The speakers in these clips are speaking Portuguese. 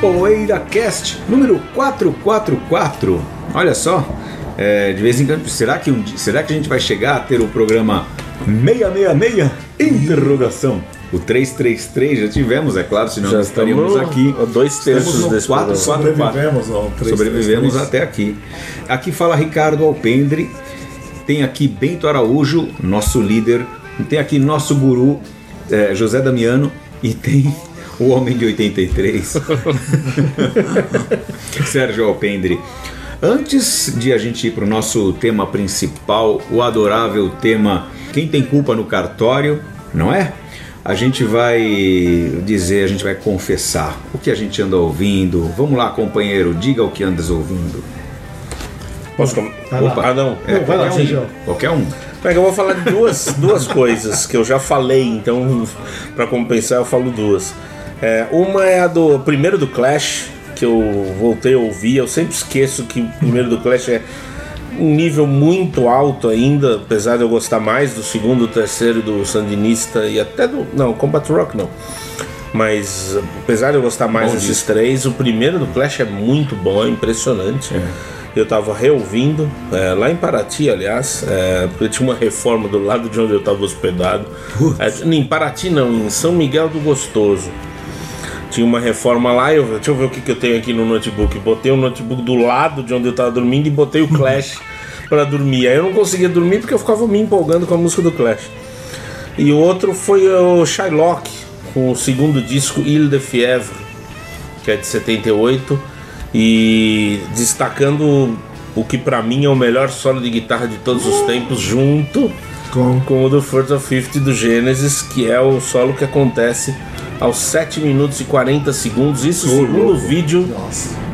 Poeira Cast número 444. Olha só, é, de vez em quando, será que, um, di- será que a gente vai chegar a ter o programa 666? Interrogação. O 333 já tivemos, é claro, senão não estaríamos aqui. Dois terços Estamos no desse programa. 444. Sobrevivemos um ao 333. Sobrevivemos até aqui. Aqui fala Ricardo Alpendre, tem aqui Bento Araújo, nosso líder, tem aqui nosso guru, eh, José Damiano, e tem o homem de 83, Sérgio Alpendre. Antes de a gente ir para o nosso tema principal, o adorável tema Quem tem culpa no cartório, não é? A gente vai dizer, a gente vai confessar o que a gente anda ouvindo. Vamos lá, companheiro, diga o que andas ouvindo. Posso com- Vai lá. Opa, ah, não. Não, vai lá, qualquer um. Sérgio. Qualquer um. Mas eu vou falar de duas, duas coisas que eu já falei, então pra compensar eu falo duas. É, uma é a do primeiro do Clash, que eu voltei a ouvir, eu sempre esqueço que o primeiro do Clash é um nível muito alto ainda, apesar de eu gostar mais do segundo, terceiro do Sandinista e até do. Não, Combat Rock não. Mas apesar de eu gostar mais Bom desses disco. três, o primeiro do Clash é muito bom, é impressionante. É. Eu tava reouvindo, é, lá em Paraty, aliás, é, porque tinha uma reforma do lado de onde eu tava hospedado. É, em Paraty não, em São Miguel do Gostoso. Tinha uma reforma lá, eu, deixa eu ver o que, que eu tenho aqui no notebook. Botei o notebook do lado de onde eu tava dormindo e botei o Clash pra dormir. Aí eu não conseguia dormir porque eu ficava me empolgando com a música do Clash. E o outro foi o Shylock, com o segundo disco Ile de Fièvre, que é de 78, e destacando o que pra mim é o melhor solo de guitarra de todos os tempos, junto Com com o do Forza 50 do Genesis, que é o solo que acontece aos 7 minutos e 40 segundos, isso segundo o vídeo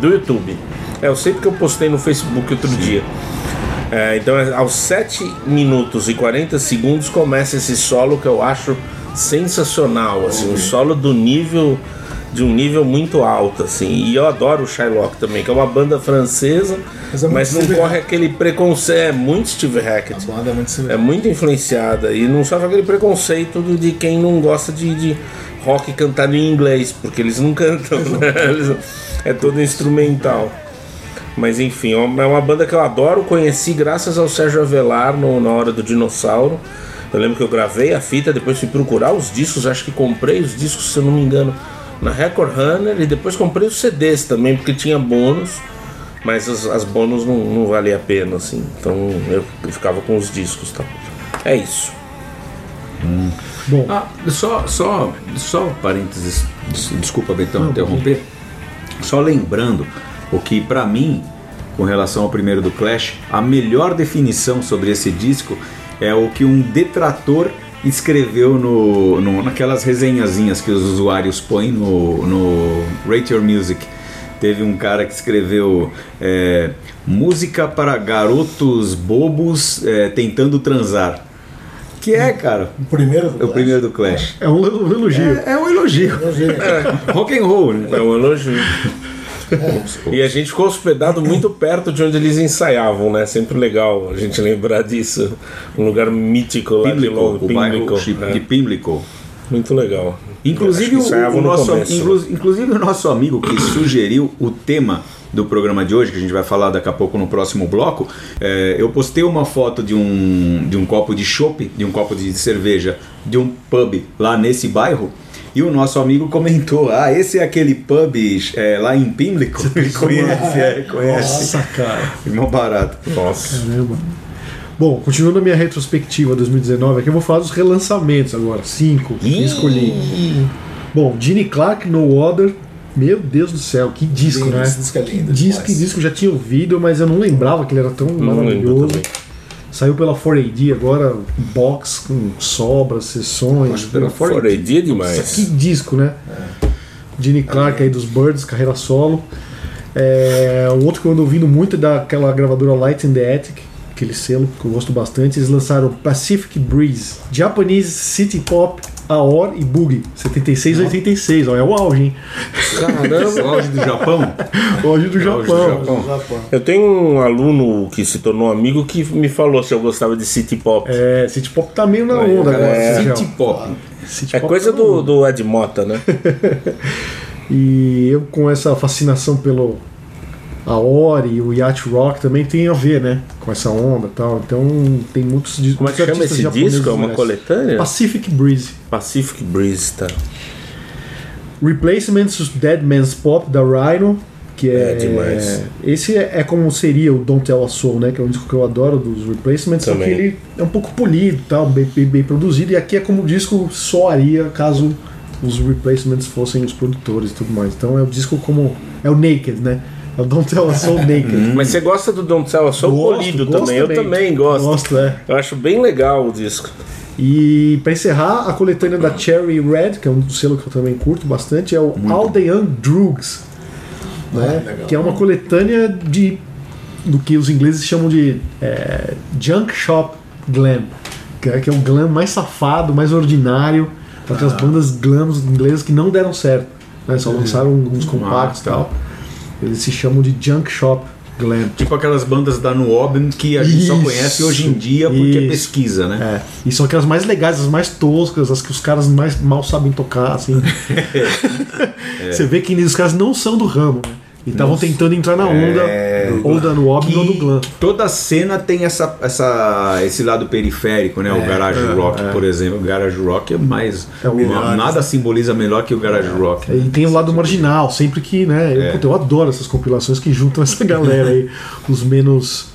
do YouTube. É, eu sei porque eu postei no Facebook outro dia. É, então, é, aos 7 minutos e 40 segundos começa esse solo que eu acho sensacional, assim, Uhum. um solo do nível de um nível muito alto, assim. E eu adoro o Shylock também, que é uma banda francesa, mas, Mas é muito não Steve corre aquele preconceito, é muito Steve Hackett banda muito é severa. muito influenciada e não sofre aquele preconceito do- de quem não gosta de, de rock cantado em inglês, porque eles não cantam, né? Eles não- é todo instrumental. Mas enfim, é uma é uma banda que eu adoro, conheci graças ao Sérgio Avelar no- na hora do Dinossauro. Eu lembro que eu gravei a fita, depois fui procurar os discos, acho que comprei os discos, se eu não me engano, na Record Runner e depois comprei os CDs também, porque tinha bônus, mas as, as bônus não, não valia a pena, assim. Então eu, eu ficava com os discos e tal. É isso. Bom, Ah, só, só, só um parênteses, des- desculpa Betão interromper, só lembrando o que pra mim, com relação ao primeiro do Clash, a melhor definição sobre esse disco é o que um detrator escreveu no, no- naquelas resenhazinhas que os usuários põem no, no Rate Your Music. Teve um cara que escreveu é, música para garotos bobos é, tentando transar. Que é, cara? o primeiro do É o Clash. primeiro do Clash. É um um elogio. É, um elogio. Rock and roll, né? É um elogio. E a gente ficou hospedado muito perto de onde eles ensaiavam, né? Sempre legal a gente lembrar disso. Um lugar mítico lá de Pimlico, Londres, o bairro chi- é. de Pimlico. Muito legal. Inclusive o, Acho que ensaiavam o no nosso, começo, inclu- inclusive o nosso amigo que sugeriu o tema do programa de hoje, que a gente vai falar daqui a pouco no próximo bloco, é, eu postei uma foto de um, de um copo de chopp, de um copo de cerveja, de um pub lá nesse bairro, e o nosso amigo comentou, ah, esse é aquele pub é, lá em Pimlico, ele conhece, é, conhece. Nossa, cara. Irmão barato. Nossa. Caramba. Bom, continuando a minha retrospectiva 2019, aqui eu vou falar dos relançamentos agora. Cinco que eu escolhi. Bom, Gene Clark, No Other. Meu Deus do céu, que disco, Lindo, né? esse disco é lindo Disco, demais. disco eu já tinha ouvido, mas eu não lembrava que ele era tão Não lembro maravilhoso. também. Saiu pela 4AD agora, box com sobras, sessões. pela Fora é dia demais. É. Que disco, né? Gene Clark aí dos Birds, carreira solo. É, um outro que eu ando ouvindo muito é daquela gravadora Light in the Attic, aquele selo que eu gosto bastante. Eles lançaram Pacific Breeze, Japanese City Pop, Aor e Boogie, 76 86. Ó, é o auge, hein? Caramba! Loja do Japão? É Auge do Auge do Japão. Japão. Eu tenho um aluno que se tornou amigo que me falou se eu gostava de City Pop. É, É, City Pop tá meio na Aí, onda cara, agora. City City Pop. City Pop É coisa tá do, do Ed Mota, né? E eu com essa fascinação pelo Aori e o Yacht Rock também tem a ver, né? Com essa onda e tal. Então tem muitos discos. Como é que chama artistas esse japoneses disco? É uma nessa. coletânea? Pacific Breeze. Pacific Breeze, tá? Replacements of Dead Man's Pop da Rhino. Que é, É demais. Esse é, é como seria o Don't Tell a Soul, né? Que é um disco que eu adoro dos Replacements, só que Também. ele é um pouco polido, tal, bem, bem, bem produzido. E aqui é como o disco soaria caso os Replacements fossem os produtores e tudo mais. Então é o disco como. É o Naked, né? É o Don't Tell a Soul Naked. Mas você gosta do Don't Tell Us? Uhum. Sou Hum. Gosto, polido gosto também. Eu também gosto. Gosto, é. Eu acho bem legal o disco. E pra encerrar, a coletânea da Cherry Red, que é um selo que eu também curto bastante, é o All the Young Drugs, né? que é uma coletânea de do que os ingleses chamam de é, junk shop glam, que é, que é o glam mais safado, mais ordinário, daquelas bandas glams inglesas que não deram certo, né? só lançaram uns compactos e tá. tal. Eles se chamam de junk shop glam. Tipo aquelas bandas da Nuoben que a gente só Isso. conhece hoje em dia porque é Isso. pesquisa, né? É, e são aquelas mais legais, as mais toscas, as que os caras mais mal sabem tocar, assim. Você vê que os caras não são do ramo, né? E estavam tentando entrar na onda, ou da Nuob ou do Glam. Que toda cena tem essa, essa, esse lado periférico, né? o garage rock, por exemplo. O garage rock é mais. É o É, melhor. nada simboliza melhor que o garage rock. E tem o lado marginal, sempre que, né? Eu, puta, eu adoro essas compilações que juntam essa galera aí, os menos.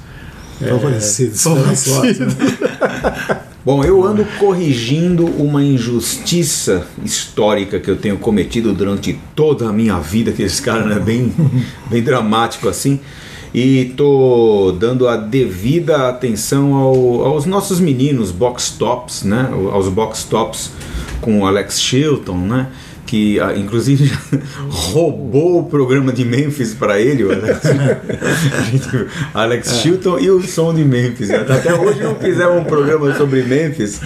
é, Favorecidos. favorecidos. Bom, eu ando corrigindo uma injustiça histórica que eu tenho cometido durante toda a minha vida, que esse cara é bem, bem dramático assim. E tô dando a devida atenção ao- aos nossos meninos box tops, né? O- Aos box tops com o Alex Chilton, né? Que ah, inclusive já roubou o programa de Memphis para ele, o Alex, A gente- Alex É. Chilton e o som de Memphis. né? Até hoje não fizeram um programa sobre Memphis,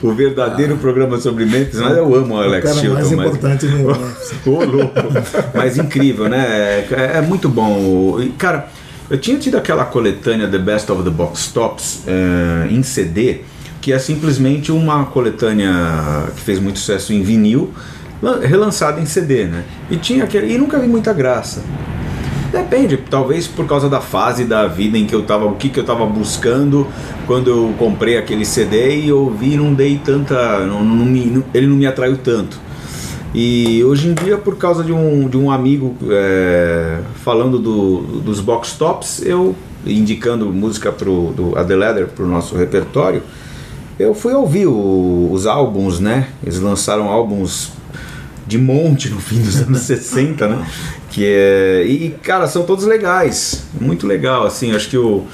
o verdadeiro programa sobre Memphis, mas eu amo o O Alex cara Chilton. mais mas- importante né? no Ô, louco. Mas incrível, né? É, é muito bom. E, Cara, eu tinha tido aquela coletânea The Best of the Box Tops eh, em CD, que é simplesmente uma coletânea que fez muito sucesso em vinil, lan- relançada em CD, né? E tinha aquele. E nunca vi muita graça. Depende, talvez por causa da fase da vida em que eu tava, o que, que eu tava buscando quando eu comprei aquele CD e ouvi e não dei tanta. não- não me- não- ele não me atraiu tanto. E hoje em dia, por causa de um, de um amigo é, falando do- dos box tops, eu indicando música pro do Adeleather para o nosso repertório, eu fui ouvir o- os álbuns, né? Eles lançaram álbuns de monte no fim dos anos 60, né? Que é e cara, são todos legais, muito legal assim. Acho que eu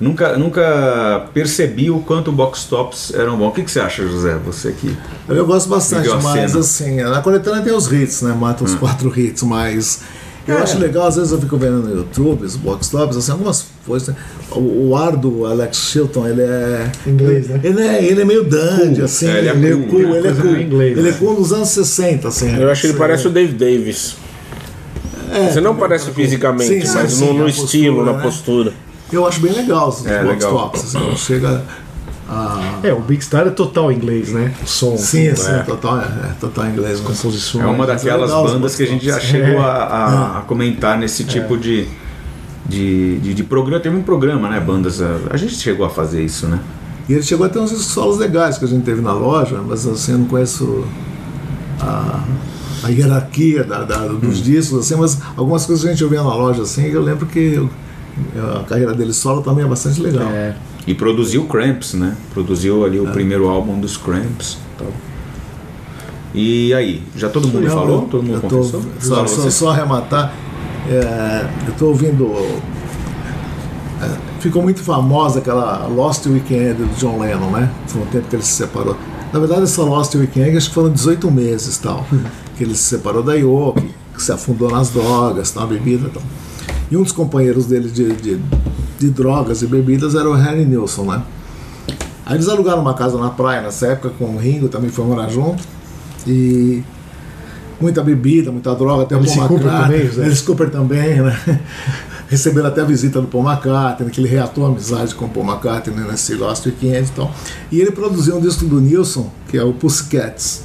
nunca nunca percebi o quanto box tops eram bons. O que, que você acha, José? Você que Eu É. gosto bastante, Miguel mas Senna. assim, na coletânea tem os hits, né? Mata os quatro hits, mas eu acho legal, às vezes eu fico vendo no YouTube, os box tops, assim, algumas coisas. né? O, o ar do Alex Chilton, ele é. Inglês, né? Ele é, ele é meio dandy, assim. É, ele é cool, cool, né? ele é Coisa cool. meio inglês, ele é né? cool nos anos 60, assim. Eu acho que ele parece o Dave Davis. É, Você não parece fisicamente, Sim, sim, mas sim, no, no na estilo, postura, na né? postura. Eu acho bem legal os É, box legal. tops, assim, não chega a. É, o Big Star é total inglês, né? O som. Sim, assim, total, é, total inglês. mas- Composições. É uma daquelas legal os bandas que a gente já Box É. chegou a, a- a comentar nesse tipo de, de, de, de programa. Teve um programa, né? Bandas. A, a gente chegou a fazer isso, né? E ele chegou a ter uns discos solos legais que a gente teve na loja, mas assim, eu não conheço a, a hierarquia da- da- dos discos, assim, mas algumas coisas que a gente ouvia na loja, assim, eu lembro que eu- a carreira dele solo também é bastante legal. É. E produziu Cramps, né? Produziu ali o Ah. primeiro álbum dos Cramps. tal. E aí? Já todo mundo Eu- falou? eu- Todo mundo né? eu tô, confessou? só, Fala só, você. só arrematar, é, eu estou ouvindo. é, ficou muito famosa aquela Lost Weekend do John Lennon, né? Foi um tempo que ele se separou. Na verdade, essa Lost Weekend acho que foram 18 meses Hum. tal. que ele se separou da Yoko, que se afundou nas drogas, tal, bebida e tal. E um dos companheiros dele de, de, de drogas e bebidas era o Harry Nilsson, né? Aí eles alugaram uma casa na praia nessa época com o Ringo, também foi morar junto. E muita bebida, muita droga, até o Alice Paul Cooper também, McCartney. Zé. Alice Cooper também, né? Receberam até a visita do Paul McCartney, que ele reatou a amizade com o Paul McCartney né, nesse Lost Weekend e tal. E ele produziu um disco do Nilson, que é o Pussycats.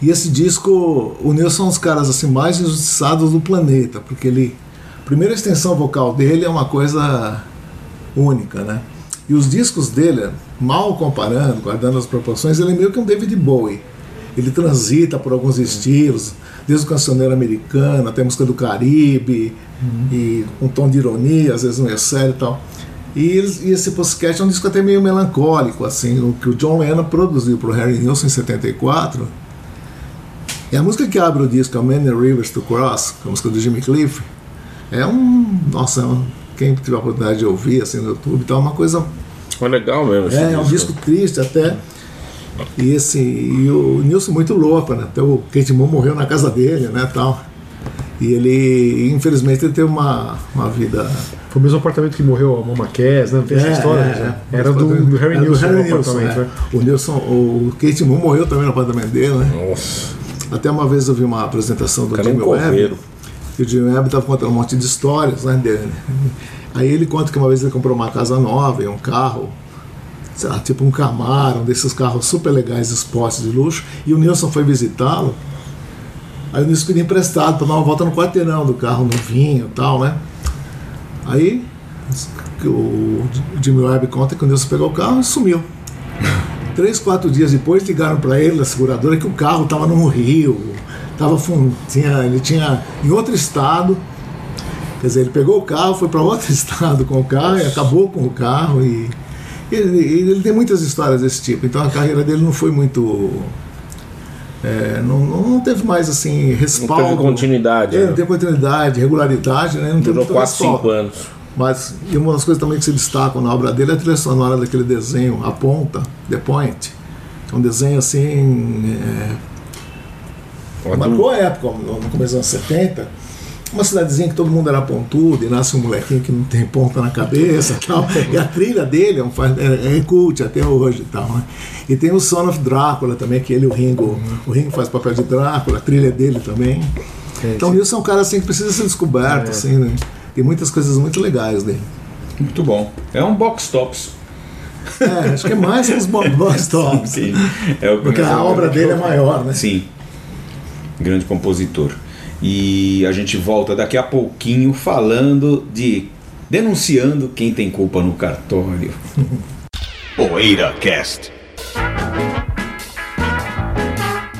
E esse disco, o Nilson é um dos caras assim, mais injustiçados do planeta, porque ele. A primeira extensão vocal dele é uma coisa única, né? E os discos dele, mal comparando, guardando as proporções, ele é meio que um David Bowie. Ele transita por alguns estilos, desde o cancioneiro americano até a música do Caribe, e um tom de ironia, às vezes não é sério e tal. E, eles- e esse Pussycat é um disco até meio melancólico, assim, o que o John Lennon produziu para o Harry Nilsson em 74. E a música que abre o disco, a Many Rivers to Cross, que é a música do Jimmy Cliff, é um. Nossa, é um- quem tiver a oportunidade de ouvir assim no YouTube, tá uma coisa. É legal mesmo. esse É, é um disco triste até. E esse. E o Nilson muito louco, né? Até o Kate Moon morreu na casa dele, né? Tal. E ele, infelizmente, ele teve uma, uma vida. Foi o mesmo apartamento que morreu a Mama Cass, né? Não tem essa história? é, né? é. Era do, do Harry Era do Nilsson Harry o Nilsson, apartamento, é. né? O Nilson, o Kate Moon morreu também no apartamento dele, né? Nossa, Até uma vez eu vi uma apresentação do o cara é um Jimmy Webb. correiro. E o Jimmy Webb estava contando um monte de histórias, né? dele. Aí ele conta que uma vez ele comprou uma casa nova e um carro, sei lá, tipo um Camaro, um desses carros super legais, esportes de luxo. E o Nilson foi visitá-lo. Aí o Nilson pediu emprestado para dar uma volta no quarteirão do carro novinho e tal, né? Aí o Jimmy Webb conta que o Nilson pegou o carro e sumiu. Três, quatro dias depois ligaram para ele, da seguradora, que o carro estava num rio, tava fun- tinha, ele tinha em outro estado. Quer dizer, ele pegou o carro, foi para outro estado com o carro e acabou com o carro. E, e ele, e ele tem muitas histórias desse tipo, então a carreira dele não foi muito. é, não, não teve mais assim Não respaldo. teve continuidade. É, não né? teve continuidade, regularidade, né? Não teve Durou muito 4, respaldo. 5 anos. Mas e uma das coisas também que se destacam na obra dele é a trilha sonora daquele desenho, A Ponta, The Point. É um desenho assim. É, marcou a época, no começo dos anos 70. Uma cidadezinha que todo mundo era pontudo e nasce um molequinho que não tem ponta na cabeça e tal. E a trilha dele é, um, fa- é, é cult até hoje e tal, né? E tem o Son of Drácula também, que ele, o Ringo, o Ringo faz papel de Drácula, a trilha é dele também. Então o Nilson é um cara assim que precisa ser É. descoberto, assim, né? Tem muitas coisas muito legais dele. Muito bom. É um box tops. É, acho que é mais que os Bob Tops. Sim. É o Porque a obra dele é maior, né? Sim. Grande compositor. E a gente volta daqui a pouquinho falando de denunciando quem tem culpa no cartório. Poeira Cast.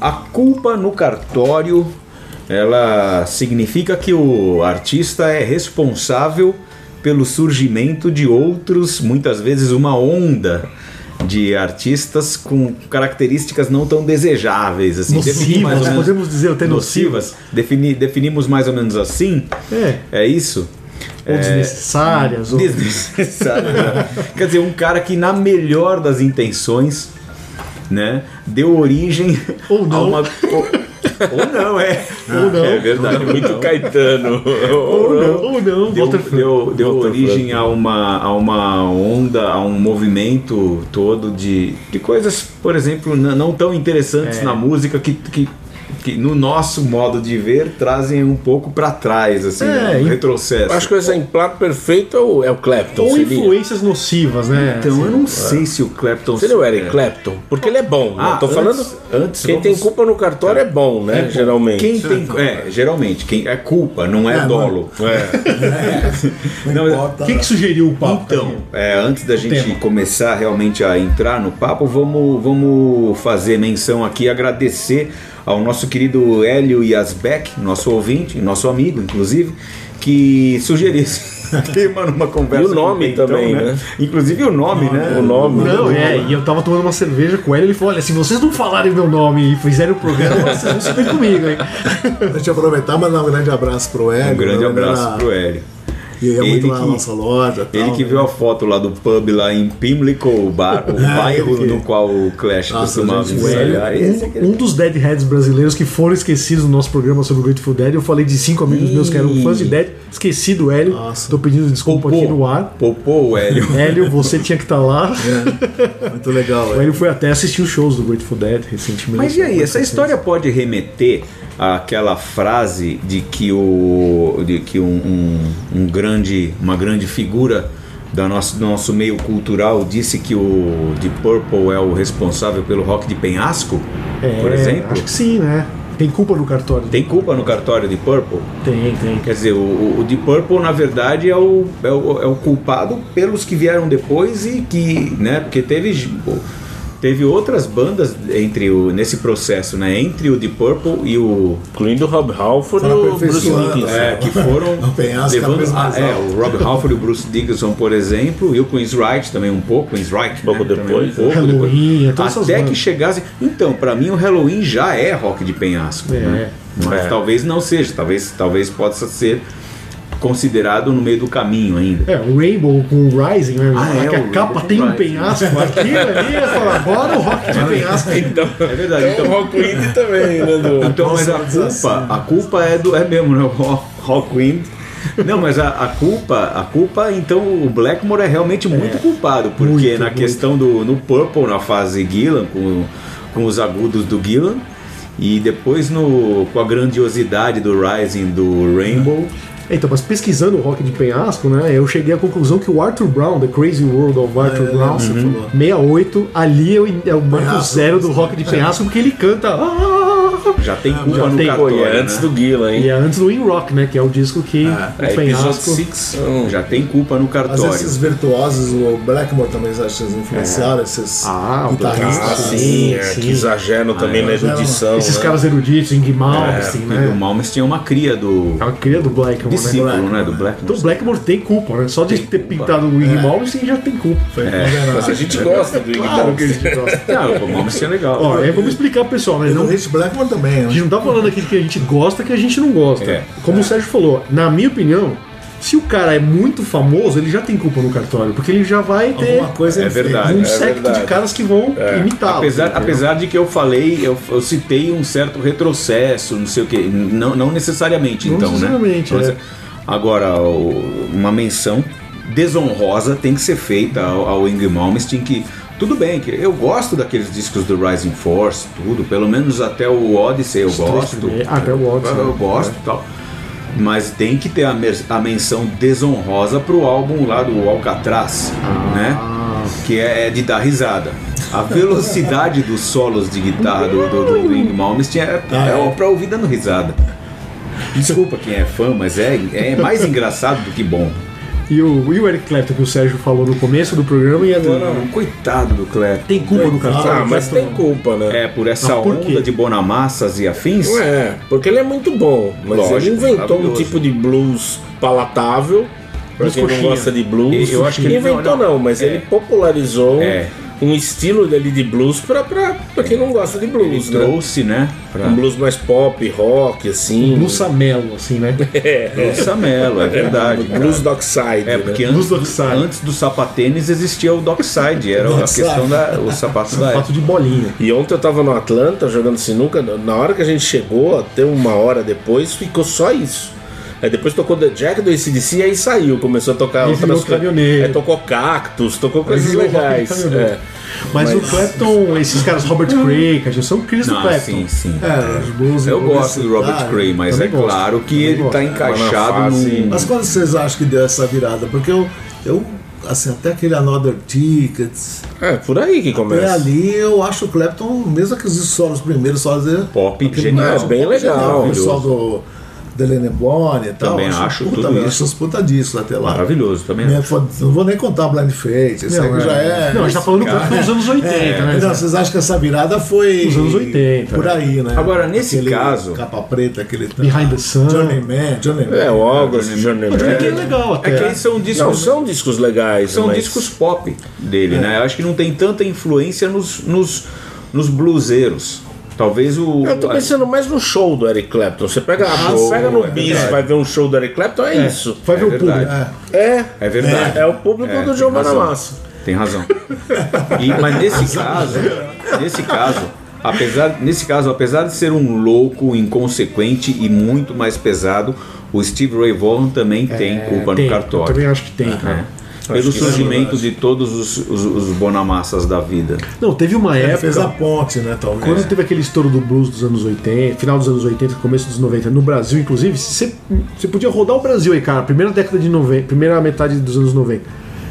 A culpa no cartório, ela significa que o artista é responsável pelo surgimento de outros, muitas vezes uma onda de artistas com características não tão desejáveis, assim, Nocivas, né? Definir mais ou menos- podemos dizer até nocivas. Defini- definimos mais ou menos assim. É. É isso. Ou desnecessárias. Ou... Desnecessário. né? Quer dizer, um cara que na melhor das intenções, né, deu origem Ou não. a uma ou, ou não é. Ou não. É verdade, Muito muito Caetano. Ou não, ou não. Então, Deu, Walter deu, deu Walter origem Franco. a uma, a uma onda, a um movimento É. todo de, de coisas, por exemplo, n- não tão interessantes na música que, que, que no nosso modo de ver trazem um pouco pra trás, assim, É, né? um e- retrocesso. Acho que o exemplar perfeito é o, é o Clapton, Ou seria. influências nocivas, né? Então eu não sei se o Clapton Seria o Eric É. Clapton, porque ele é bom. Ah, né? Tô antes- falando. antes quem vamos- tem culpa no cartório é bom, né? É, geralmente. Quem tem, é, geralmente, quem é culpa, não é, É, dolo. Não, mas- importa. Quem que sugeriu o papo? Então, Carlinhos? é, antes da gente tema. começar realmente a entrar no papo, vamos, vamos fazer menção aqui, agradecer ao nosso querido Hélio Yasbeck, nosso ouvinte, nosso amigo, inclusive, que sugeriu esse tema numa conversa. E o nome com o Bentão, também, né? Inclusive o nome, né? O nome. Não, é, e eu tava tomando uma cerveja com ele e ele falou: olha, se vocês não falarem meu nome e fizerem o programa, vocês vão se ver comigo, hein? A gente aproveitar, mandar um grande abraço pro Hélio. é? Um grande né? abraço pro Hélio. E é Ele muito lá na que- nossa loja. Ele Então, tal, que né? é. viu a foto lá do pub lá em Pimlico, o, bar, o bairro ele que- no qual o Clash Nossa, costumava gente, o ensaiar. Ah, Esse é aqui- Um, um dos Deadheads brasileiros que foram esquecidos no nosso programa sobre o Grateful Dead. Eu falei de cinco amigos meus que eram fãs de Dead. Esqueci do Hélio. Nossa. Tô pedindo desculpa aqui no ar. Popô o Hélio. Hélio, você tinha que estar lá. né? Muito legal. O Hélio foi até assistir os shows do Grateful Dead recentemente. Mas e aí, essa história pode remeter àquela frase de que, o, de que um, um- um grande, uma grande figura da nosso, do nosso meio cultural disse que o Deep Purple é o responsável pelo rock de penhasco, É, por exemplo? Acho que sim, né? Tem culpa no cartório. Tem culpa no cartório de Purple? tem. tem. um, Quer dizer, o- o, o Deep Purple, na verdade, é o, é, o, é o culpado pelos que vieram depois e que, né, porque teve, j- o- teve outras bandas entre o, nesse processo, né, entre o Deep Purple e o... Incluindo o Rob Halford e Foram o Bruce aperfeiçoando, Dickinson. É, que foram O penhasco é a levando... coisa Ah, mais é, alta. o Rob Halford e o Bruce Dickinson, por exemplo, e o Queen's Wright também um pouco, Queen's Wright, né, Pouco também depois, um pouco Halloween, é todas depois. essas até que bandas. chegasse... Então, pra mim, o Halloween já é rock de penhasco, É. né? Mas É. talvez não seja, talvez, talvez possa ser considerado no meio do caminho ainda. É, o Rainbow com o Rising, né? Ah, é, que o a capa Rainbow tem um Rising. penhasco aqui, ali, eu falo, agora o rock de penhasco. Então, É verdade. o Então, Rock Indie também, né? do- então mas a culpa, a culpa é do é mesmo, né? O Hawkwind. Não, mas a, a culpa, a culpa, então o Blackmore é realmente muito culpado, porque Muito, na muito. questão do no Purple, na fase Gillan com, com os agudos do Gillan e depois no com a grandiosidade do Rising do Rainbow. Então, mas pesquisando o rock de penhasco, né, eu cheguei à conclusão que o Arthur Brown, The Crazy World of Arthur é, Brown, você falou. 68, ali é o, é o marco Penhasco, zero do rock de penhasco, porque ele canta. "Ah", Já tem culpa já no tem- cartório, Pô, é né? antes do Guila, E hein? é antes do In Rock, né, que é o disco que o É, episódio penhasco. 6. Hum, Já tem culpa no Mas esses cartório. virtuosos, o Blackmore também acho que eles influenciaram É. esses Ah, o guitarristas. assim? Ah, Sim, sim, é, sim. que exageram também na erudição. Esses né? caras eruditos, Ing Malmsteen, E do né? Malmes tinha uma cria do É uma cria do Blackmore, né? discípulo, né, do Blackmore. Então o Blackmore tem culpa, né? Só de Tem ter culpa. É. pintado o Ing Malmsteen já tem culpa. Mas a gente gosta do Iggy Claro Pop. que a gente gosta. Não, Ah, o Malmes tinha legal. Ó, é, vamos explicar, pessoal, né? E do Não, a Rich Blackmore também, né? gente não tá falando aqui que a gente gosta que a gente não gosta. É. Como o Sérgio falou, na minha opinião, se o cara é muito famoso, ele já tem culpa no cartório, porque ele já vai ter Alguma coisa É ele fez. verdade. É. um é séquito verdade. de caras que vão imitá-lo. Apesar, entendeu? apesar de que eu falei, eu, eu citei um certo retrocesso, não sei o que, não, não necessariamente Não então, necessariamente, né? é. Não necessariamente. Agora, o- uma menção desonrosa tem que ser feita ao, ao Ingrid Malmsteen, que tudo bem, que eu gosto daqueles discos do Rising Force, tudo, pelo menos até o Odyssey eu gosto. primeiros. Ah, até o Odyssey, Eu né? gosto e tal. Mas tem que ter a, mer- a menção desonrosa pro álbum lá do Alcatraz, Ah. né? Que é, é de dar risada. A velocidade dos solos de guitarra do, do, do Ring Malmsteen é, Ah, é, pra ouvir dando risada. Desculpa quem é fã, mas é, é mais engraçado do que bom. E o, e o Eric Clapton, que o Sérgio falou no começo do programa, e agora Coitado do Clapton. tem culpa no cartório. Ah, mas tem culpa, né? É, por essa Mas por onda quê? de Bonamassas e afins. Não é, porque ele é muito bom. Mas Lógico, ele inventou um maravilhoso. tipo de blues palatável. Pra Blues quem não coxinha. gosta de blues. Eu acho que ele- inventou, não, não, não. mas É. ele popularizou É. um estilo dele de blues pra, pra, pra quem não gosta de Ele blues, né? trouxe, né? Pra Um blues mais pop, rock, assim. Luçamelo, assim, né? Bruce Mello, é verdade. cara. Blues Dockside. É, né? porque Dos antes, do, dockside. antes do sapatênis existia o dockside, era a Dockside. questão do sapato da Fato época. de bolinha. E ontem eu tava no Atlanta jogando sinuca. Na hora que a gente chegou, até uma hora depois, ficou só isso. Aí depois tocou The Jack do ACDC e aí saiu. Começou a tocar Aí virou outras coisas. caminhoneiro. Aí tocou cactus, tocou coisas virou rock legais. caminhoneiro. é. Mas, Mas- o Clapton, esses caras, Robert Cray, cara, são crias do Não, Clapton. sim, sim. É, Ah, os blues Eu gosto do Robert publicitários. Cray, mas é também gosto. claro que Também ele gosto. tá Mas na encaixado face- num. Mas quando vocês acham que deu essa virada? Porque eu, eu assim, até aquele Another Tickets, É, por aí que até começa. ali eu acho o Clapton, mesmo aqueles solos, os primeiros solos dele, Pop aquele genial. mais- é bem legal. O sol do Delaney Bonne e tal. Também acho puta, tudo eu isso. Acho os puta discos até lá. Maravilhoso tá também. Minha foda- Não vou nem contar Blind Fate, isso aí Não, que já é. Não, a gente tá falando do Clapton dos anos 80, né? Não, vocês acham que essa virada foi. Nos anos 80, Por né? aí, né? Agora, nesse Aquele caso- Capa preta, aquele. Behind the Sun. Journeyman, Journeyman. É, o August, Eu diria que é Journeyman. legal É até. que eles são discos. Não, são discos legais, são mas- discos pop dele, né? Eu acho que não tem tanta influência nos, nos, nos bluseiros. Talvez o. Eu tô a- pensando mais no show do Eric Clapton. Você pega, Show, Ah, pega no é bis, verdade. vai ver um show do Eric Clapton, é, isso. Vai ver É o Ah, público. verdade. É. É verdade. É, é o público do tem João razão. Bonamassa. Tem razão. E- mas nesse caso, nesse caso, apesar, nesse caso, apesar de ser um louco, inconsequente e muito mais pesado, o Steve Ray Vaughan também tem culpa É, tem, no Eu cartório. também acho que tem, cara. né? Pelo que isso é surgimento de todos os, os, os bonamassas da vida. Não, teve uma Ele época. fez a ponte, né? Talvez. É. Quando teve aquele estouro do blues dos anos 80, final dos anos 80, começo dos 90, no Brasil, inclusive, você você podia rodar o Brasil aí, cara, primeira década de 90, primeira metade dos anos 90.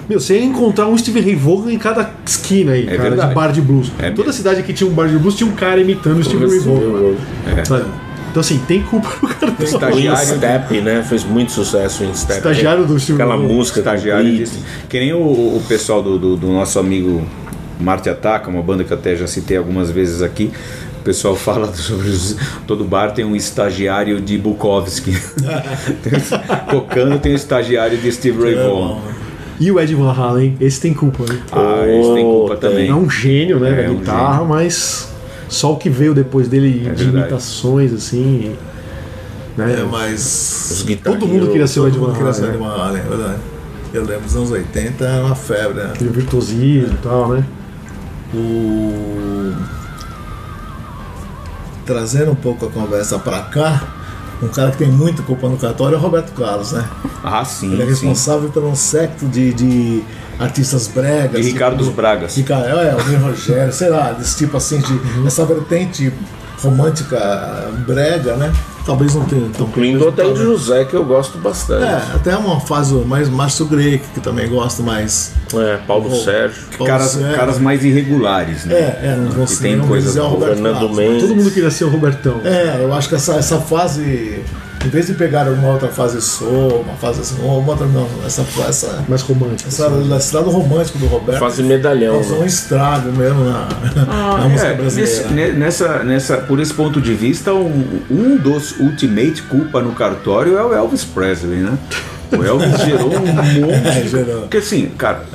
Meu, você ia encontrar um Steve Ray Vaughan em cada esquina aí, cara, É verdade. de bar de blues. É Toda cidade que tinha um bar de blues tinha um cara imitando o Steve Ray Vaughan. É. sabe? Então, assim, tem culpa no cartão. O Estagiário de- Instep, né? Fez muito sucesso o Instep. Estagiário do Silvio Aquela Luiz. música. estagiário do disse. Que nem o, o pessoal do, do- do nosso amigo Marte Ataca, uma banda que eu até já citei algumas vezes aqui. O pessoal fala sobre os, todo bar tem um estagiário de Bukowski. Tem esse- tocando tem um estagiário de Steve Ray Vaughan. né? E o Ed Van Halen, esse tem culpa, né? Ah, esse tem culpa também. É um gênio, né, É, da um É guitarra, mas só o que veio depois dele de verdade. imitações, assim. Né? É, mas. guitarras. Todo mundo queria ser o Ed Todo Van mundo queria ser Halen, Ed né? Van Halen, é verdade. Eu lembro dos anos 80 era uma febre, né? Aquele virtuosismo e tal, né? o trazendo um pouco a conversa pra cá, um cara que tem muito culpa no cartório é o Roberto Carlos, né? Ah, sim, Ele é sim. responsável por um secto de, de artistas bregas. De Ricardo dos tipo, Bragas. De cara, é, o Ney Rogério, sei lá, desse tipo assim, Uhum. de, essa vertente romântica brega, né? Talvez não tenha tão Incluindo o Otair talvez- José, que eu gosto bastante. né? É, É, até uma fase mais Márcio Greco, que também gosto, mas. É, Paulo Sérgio. Paulo Caras, Sérgio. caras mais irregulares, né? É, é, não vou que ser- tem não vou coisas dizer o boas. Roberto Fernando Carlos. Mendes. Todo mundo queria ser o Robertão. É, eu acho que essa, essa fase, em vez de pegar uma outra fase soul, uma fase assim, uma outra não, essa essa, Mais romântico. assim. essa, esse lado romântico do Roberto Fase medalhão, causou um né? estrago mesmo na, na música É, brasileira. né? nesse- ne- nessa, nessa, por esse ponto de vista, um, um dos ultimate culpa no cartório é o Elvis Presley, né? O Elvis gerou um monte. É, gerou. Porque assim, cara,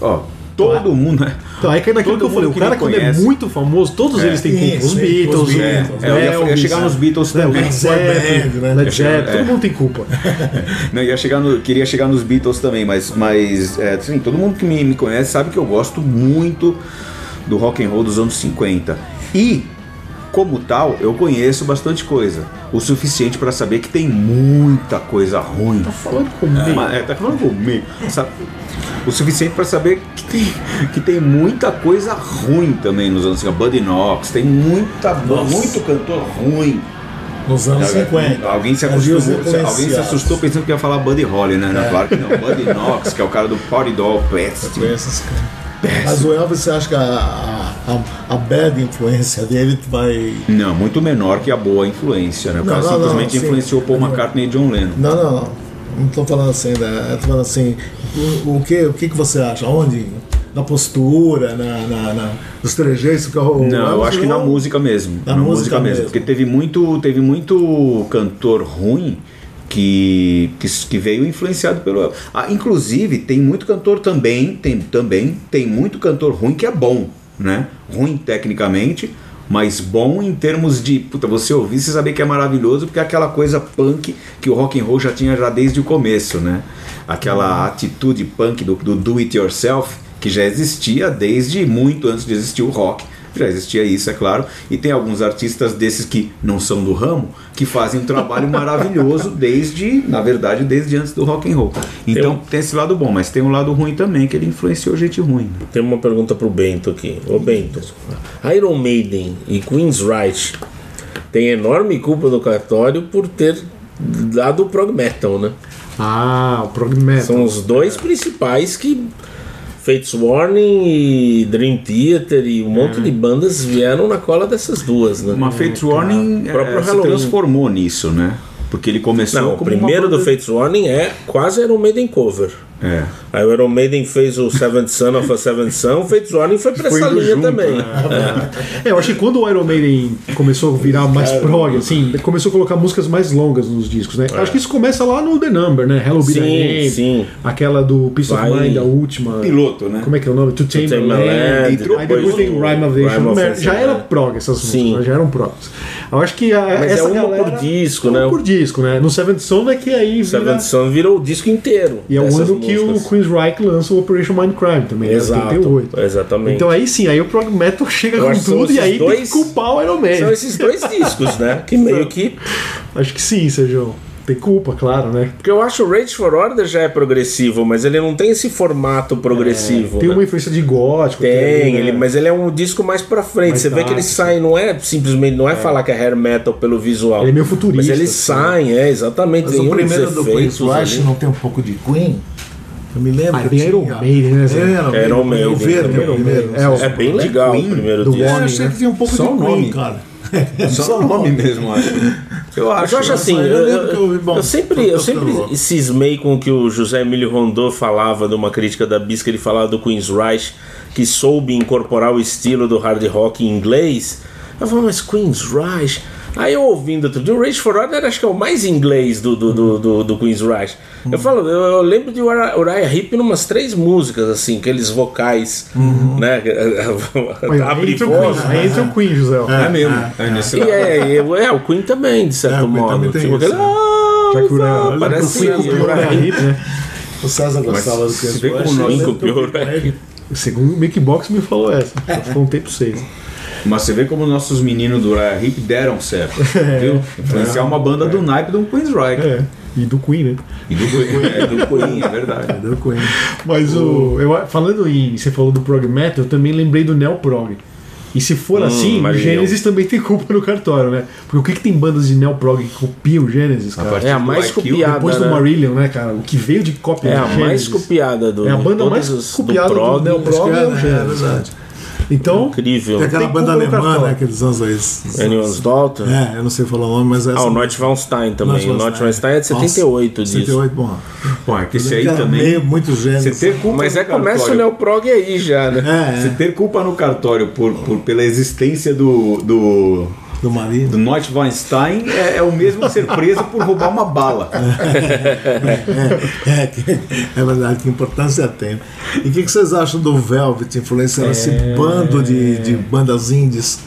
ó, todo mundo. né? Então, aí cai naquilo Todo que eu falei, mundo o que cara não quando é conhece. muito famoso, todos eles têm culpa. Os Sim, Beatles, os né? Beatles, É, eu ia- eu ia Elvis, chegar nos Beatles né? O Led também. Boy Zeppelin, band, né? Led Zeppelin, todo mundo tem culpa. Não, ia chegar no- queria chegar nos Beatles também, mas, mas é, assim, todo mundo que me, me conhece sabe que eu gosto muito do rock and roll dos anos 50. E, como tal, eu conheço bastante coisa. O suficiente para saber que tem muita coisa ruim. Tá falando comigo. É, tá falando comigo. Sabe? O suficiente para saber que tem, que tem muita coisa ruim também nos anos 50. Buddy Knox, tem muita, Nossa. muito cantor ruim. Nos anos Alguém- 50. Alguém se, Havia os acostumou, alguém se influenciados. assustou pensando que ia falar Buddy Holly, né? É. Não, claro que não. Buddy Knox, que é o cara do Party Doll Pest. Com essas coisas. Mas o Elvis, você acha que a, a, a- a bad influência dele vai. Não, muito menor que a boa influência, né? O Não, cara não, não, simplesmente sim. é. influenciou Paul McCartney e John Lennon. Não, não, não. Não estou falando assim, né? Estou falando assim, o, o que, o que, que você acha? Onde? Na postura, na, na, na- nos trejeitos? Que o, Não, eu o- acho que na o- música mesmo. Na música mesmo. Porque teve muito, teve muito cantor ruim que, que, s- que veio influenciado pelo Elvis. Ah, inclusive, tem muito cantor também, tem, também, tem muito cantor ruim que é bom, né? Ruim tecnicamente, mas bom em termos de, puta, você ouvir, você saber que é maravilhoso, porque é aquela coisa punk que o rock and roll já tinha já desde o começo, né? Uhum. Aquela atitude punk do, do do it yourself que já existia desde muito antes de existir o rock. já existia isso, é claro, e tem alguns artistas desses que não são do ramo que fazem um trabalho maravilhoso desde, na verdade, desde antes do rock and roll. Então tem, esse lado bom, mas tem um lado ruim também, que ele influenciou gente ruim. né? Tem uma pergunta pro Bento aqui. Ô Bento, Iron Maiden e Queen's Right têm enorme culpa do cartório por ter dado o prog metal, né? Ah, o prog metal. São os dois principais que Fates Warning e Dream Theater e um É. monte de bandas vieram na cola dessas duas, né? Uma Fate Warning O próprio eh, se Halloween. transformou nisso, né? Porque ele começou Não, o como uma primeiro do banda- Fates Warning é quase Iron Maiden cover. É. Aí o Iron Maiden fez o Seventh Son of a Seventh Son, o Fates Warning foi pra Foi essa indo linha junto, né? também. É, eu acho que quando o Iron Maiden começou a virar mais prog, assim, ele começou a colocar músicas mais longas nos discos, né? Acho que isso começa lá no The Number, né? Hello Be Thy Sim, Name, sim. aquela do Peace of Vai- Mind, a última. Piloto, né? Como é que é o nome? To Tame Tame a a Land, Land. entrou Aí depois depois tem o Rhyme of Rhyme Nation. of Mer- Nation, Já era né? prog essas Sim. músicas, né? já eram progs. Eu acho que a, Mas é essa uma galera- por disco, uma né? por disco, né? No Seventh Son é que aí vira... Seventh Son virou o disco inteiro. E é o dessas ano que o músicas. Queen's Reich lança o Operation Mindcrime também, né? Exato, 88. exatamente. Então aí sim, aí o prog metal chega Eu com acho que são tudo e esses aí tem que dois- culpar o Iron São Man. esses dois discos, né? Que meio que. Acho que sim, Sérgio. Tem culpa, claro, né? Porque eu acho o Rage for Order já é progressivo, mas ele não tem esse formato progressivo. É, Tem né? uma influência de gótico. Tem, ali, né? ele, mas ele é um disco mais pra frente. Mais Você vê que ele dark. sai, não é simplesmente, não é, falar que é hair metal pelo visual. Ele é meio futurista, Mas eles assim, saem, é, exatamente. Mas tem o uns primeiro do Queen's efeitos Rush ali. não tem um pouco de Queen? Eu me lembro. Ah, que tem tinha. Iron Maiden, né, Zé? Era, Era o É, o Maiden, verde, também. o primeiro. É, o- É bem legal o primeiro do disco. Eu achei que tinha um pouco Só de o Queen, nome. É cara. Só o é nome mesmo, acho. Eu Mas acho. eu acho assim, eu, eu lembro que eu eu- vi, bom, eu sempre, tô- eu tô ficando sempre louco. cismei com o que o José Emílio Rondô falava de uma crítica da Bis, que ele falava do Queen's Reich, que soube incorporar o estilo do hard rock em inglês. Eu falava, mas Queen's Reich. Aí eu ouvindo outro dia, o Rage for Order acho que é o mais inglês do, do, do, do, do Queen's Reich. Eu falo, eu, eu lembro de Uri- Uriah Heep em umas três músicas, assim, aqueles vocais, né? Olha, Abre aí entra o voz. Queen, aí entra o Queen, José. É mesmo. É nesse E lado. é, e é, é, o Queen também, de certo É, o Queen modo. também tem Tipo, isso, aquele, né? "Ah, Já que o ah", Uriah- parece o Queen copiou o Uriah Heep, né? O César gostava do Queen's vê como Rush. o nome eu lembro copiou, que eu vi né? com ele. Segundo o Mick Box me falou essa. Já Ficou um tempo seis. Mas você vê como nossos meninos do Uriah Heep deram certo, viu? Influenciar uma banda do naipe de um Queen's Reich. É. E do Queen, né? E do, é, do Queen, é verdade. Do Queen. Mas o. Eu, falando em. Você falou do prog metal, eu também lembrei do neoprog. E se for assim, o Marinho. Gênesis também tem culpa no cartório, né? Porque o que, que tem bandas de neoprog que copiam o Gênesis, cara? partir É a do mais Tipo, Like You, copiada. Depois do né? Marillion, né, cara? O que veio de cópia É do a mais Gênesis. copiada do É a banda todos mais os- copiada do prog. é neoprog. É, Prog é o né? É Gênesis. verdade. Então, Incrível. É Tem aquela Tem banda culpa no alemã, cartão. né? Aqueles anos aí. Anyone's Daughter. É, eu não sei falar o nome, mas essa. Ah, o Nordschwanstein também. O Nordschwanstein é de Nossa, 78 disso. 78, bom. Pô, é que esse aí Cara, meio, também. Muito Você gênero. ter culpa Mas no é começa o cartório- neoprog aí já, né? É, Você é, ter culpa no cartório por, por- pela existência do, do, do marido. do Note Weinstein é, é o mesmo que ser preso por roubar uma bala. É, que- é verdade, que importância tem. E o que, que vocês acham do Velvet influenciando esse bando de, de bandas indies?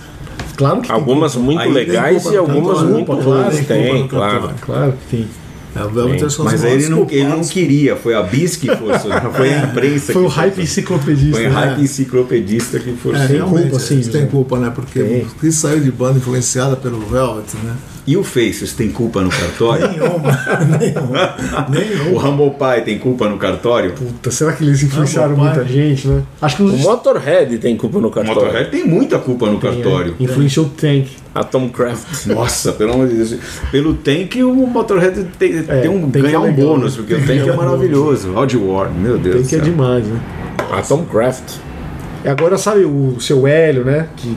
claro que tem Algumas muito Aí tem legais culpa e do algumas cantor, né? muito Culpa, ruins. Tem, tem culpa do claro. cantor. Claro que tem. É, o Velvet acho que Mas são aí os ele não, ele não culpados. queria, foi a BIS que forçou, né? foi a imprensa Foi que o hype forçou. enciclopedista. Foi o né? hype enciclopedista que É, forçou. realmente, culpa, sim, tem José. culpa, né? Porque Tem. o que saiu de banda influenciada pelo Velvet, né? É. E o Faces tem culpa no cartório? Nenhuma, nenhuma, o nenhuma. Humble Pie tem culpa no cartório? Puta, será que eles influenciaram Ah, meu pai. muita gente, né? Acho que O os Motorhead tem culpa no O cartório. Motorhead tem muita culpa no é. cartório. né? influenciou o Tank. A Tom Craft. Nossa, pelo amor de Deus. Pelo Tank, o Motorhead tem, tem um, Tank é ganhar um legal, bônus, né? porque o Tank é maravilhoso. Odd War, meu Deus. Tank do é céu. demais, né? A Tom Craft. E agora, sabe, o seu Hélio, né? Que,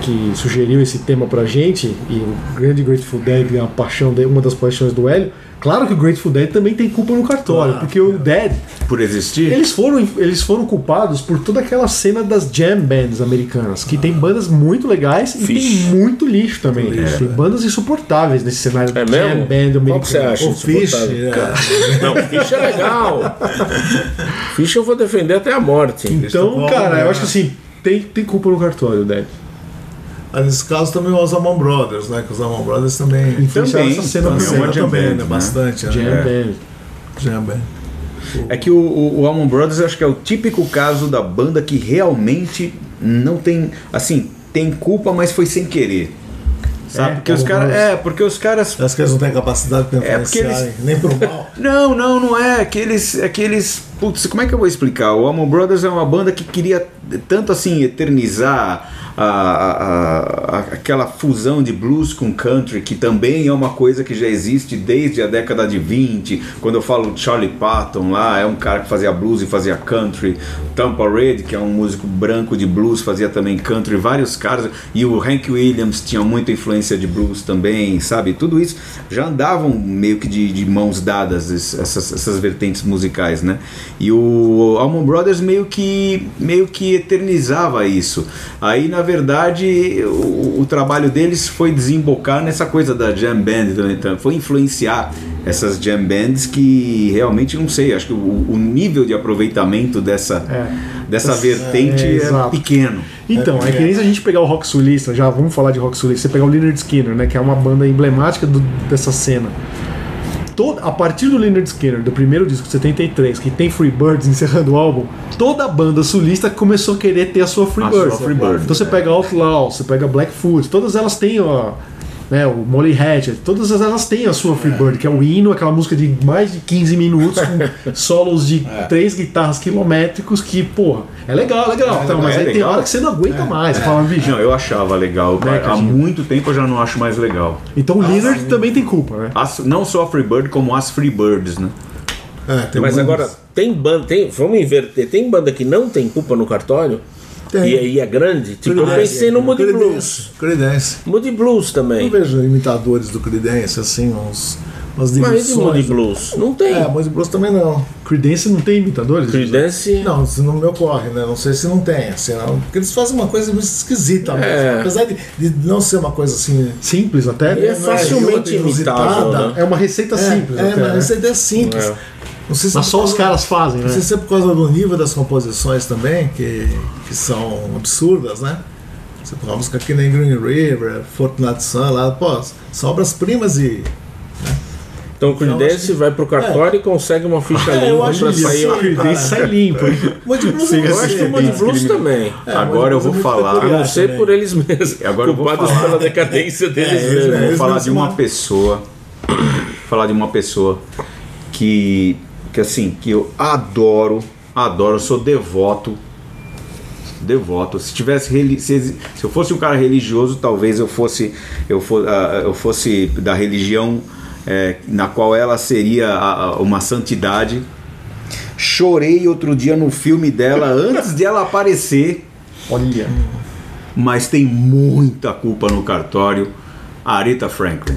que sugeriu esse tema pra gente, e o grande Grateful Dead é uma paixão dele, uma das paixões do Hélio. Claro que o Grateful Dead também tem culpa no cartório, porque o Dead, Por existir? eles foram, eles foram culpados por toda aquela cena das jam bands americanas, que tem bandas muito legais e Fish. tem muito lixo também. lixo, tem é. bandas insuportáveis nesse cenário É de jam mesmo? band Oh, americana. Qual que você acha? O Fish, insuportável? é, Não, Fish é legal. Fish eu vou defender até a morte. Então, Eles tão bom, cara, eu né? acho que assim, tem, tem culpa no cartório, Dead. Mas nesse caso também os Amon Brothers, né? Que os Amon Brothers também. Influenciaram essa cena também, pro é uma Dead. jam também, band, né? né? Bastante, né? Jam band. Jam band. É que o, o, o Allman Brothers eu acho que é o típico caso da banda que realmente não tem. Assim, tem culpa, mas foi sem querer. Sabe? É, porque os como caras. nós. É, porque os caras. Parece que eles não têm capacidade para É, porque influenciar, eles- hein? nem pro mal. Não, não, não é. Aqueles. aqueles putz, como é que eu vou explicar? O Almond Brothers é uma banda que queria tanto assim eternizar a, a- a- aquela fusão de blues com country, que também é uma coisa que já existe desde a década de 20. Quando eu falo Charlie Patton lá, é um cara que fazia blues e fazia country. Tampa Red, que é um músico branco de blues, fazia também country. Vários caras. E o Hank Williams tinha muita influência de blues também, sabe? Tudo isso já andavam meio que de, de mãos dadas es- essas, essas vertentes musicais, né? E o Almond Brothers meio que meio que eternizava isso. Aí, na verdade, o, o trabalho deles foi desembocar nessa coisa da jam band, também, então, foi influenciar essas jam bands que realmente não sei, acho que o, o nível de aproveitamento dessa dessa vertente é, é, exato. pequeno. Então, é que nem se a gente pegar o rock sulista, já vamos falar de rock sulista, você pegar o Leonard Skinner, né, que é uma banda emblemática do- dessa cena. Toda, a partir do Leonard Skinner, do primeiro disco, de 73, que tem Freebirds encerrando o álbum, toda a banda sulista começou a querer ter a sua Freebirds. sua Freebirds, então você pega Outlaw, você pega Blackfoot, todas elas têm ó, né, o Molly Hatchet, todas elas têm a sua Freebird, que é o hino, aquela música de mais de 15 minutos, com solos de três guitarras quilométricos, que, porra, é legal, legal. então, mas é aí tem legal. hora que você É. não aguenta mais, fala, bicho. Não, eu achava legal. Né, Há Cadinho? muito tempo eu já não acho mais legal. Então o Leonard também tem culpa, né? As- não só a Freebird, como as Freebirds, né? É, tem Mas bandas- agora, tem banda, tem, vamos inverter, tem banda que não tem culpa no cartório? Tem. E aí é grande? Tipo, eu Creedence. pensei no Moody Creedence, Blues. Creedence. Moody Blues também. Eu vejo imitadores do Creedence, assim, uns, umas Mas e divisões. Moody Blues? Não tem. É, Moody Blues também não. Creedence não tem imitadores? Creedence... Não, isso não me ocorre, né? Não sei se não tem, assim, não. Porque eles fazem uma coisa muito esquisita mesmo. Apesar de, de não ser uma coisa assim. Simples até. E é né? facilmente imitável, é inusitada. né? É uma receita simples é, até, né? mas a ideia é simples. É. Não sei se Mas é só por os causa- caras fazem, né? Não sei se é por causa do nível das composições também, que, que são absurdas, né? Você pega uma música que nem Green River, Fortunate Sun, lá, pô, são obras-primas e. Então o Creedence vai pro cartório e consegue uma ficha É, eu limpa acho pra isso. tipo sair. ó. Creedence sai limpo. Muito Eu é acho que o Moody Blues também. Agora eu vou falar. A não ser por eles mesmos. Agora eu vou culpados falar. pela decadência deles É, mesmos. é. Vou Eles falar não de se uma matam. pessoa. falar de uma pessoa que. Que assim, que eu adoro, adoro, eu sou devoto. Devoto. Se tivesse reli- se, exi- se eu fosse um cara religioso, talvez eu fosse eu, fo- ah, eu fosse da religião eh, na qual ela seria a- a- uma santidade. Chorei outro dia no filme dela antes de ela aparecer Olha. mas tem muita culpa no cartório. A Aretha Franklin.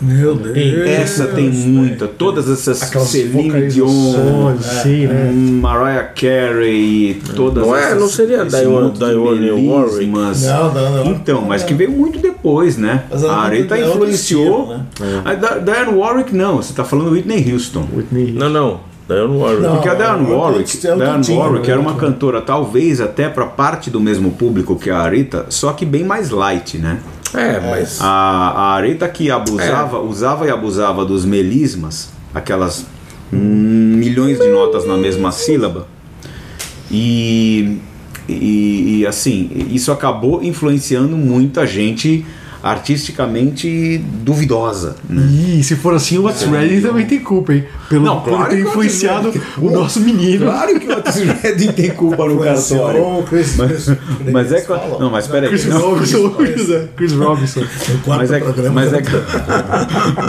Meu Deus. É, Essa tem muita. Todas essas Aquelas Celine Dion, eh, vocalizações, assim, né? Mariah Carey, todas Não é? essas. Não seria esse Dionne- monte de Dionne Warwick? melismas. Não, não, não. Então, mas que veio muito depois, né? Mas ela A Aretha é outro influenciou. estilo, né? A Da- Dionne Warwick não, você está falando Whitney Houston. Whitney. Não, não. Dionne Warwick. Não. Porque a Dionne é outro Warwick, estilo, outro Dionne time, Warwick né? era uma cantora, talvez até para parte do mesmo público que a Aretha, só que bem mais light, né? É, mas... A, a Aretha que abusava, usava e abusava dos melismas, aquelas hum, milhões de notas na mesma sílaba. E, e, e, assim, isso acabou influenciando muita gente artisticamente duvidosa. né? Ih, se for assim, o What's Ready também tem culpa, hein? Pelo Não, por claro ter que o What's influenciado o nosso menino. Claro que o Otis Redding tem culpa no cartório. Influenciou o Chris- Chris- Mas é Chris que. Fallon. Não, mas peraí. Chris não. Robinson. Chris Robinson. No quarto Mas é, programa mas, já é,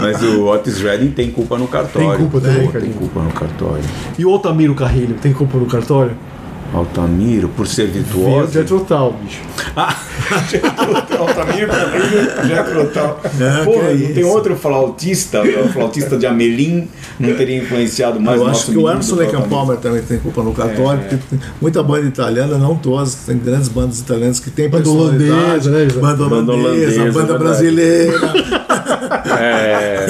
mas o Otis Redding tem culpa no cartório. Tem culpa também, Pô, Tem Carlinhos. culpa né, no cartório. E o Altamiro Carrilho, tem culpa no cartório? Altamiro, por ser Veio de virtuoso. Atrotal, bicho. Altamiro, já Crotal. É, Pô, que é não tem isso. outro flautista, o flautista de Amelim, não teria influenciado mais Eu o nosso acho que é um o menino É, Emerson do Lake Altamiro. Palmer também tem culpa no cartório. porque tem Muita banda italiana, não todas, tem grandes bandas italianas que têm Banda personalidade. holandesa, né, Isa? Banda Banda holandesa, holandesa, banda verdade. brasileira, É,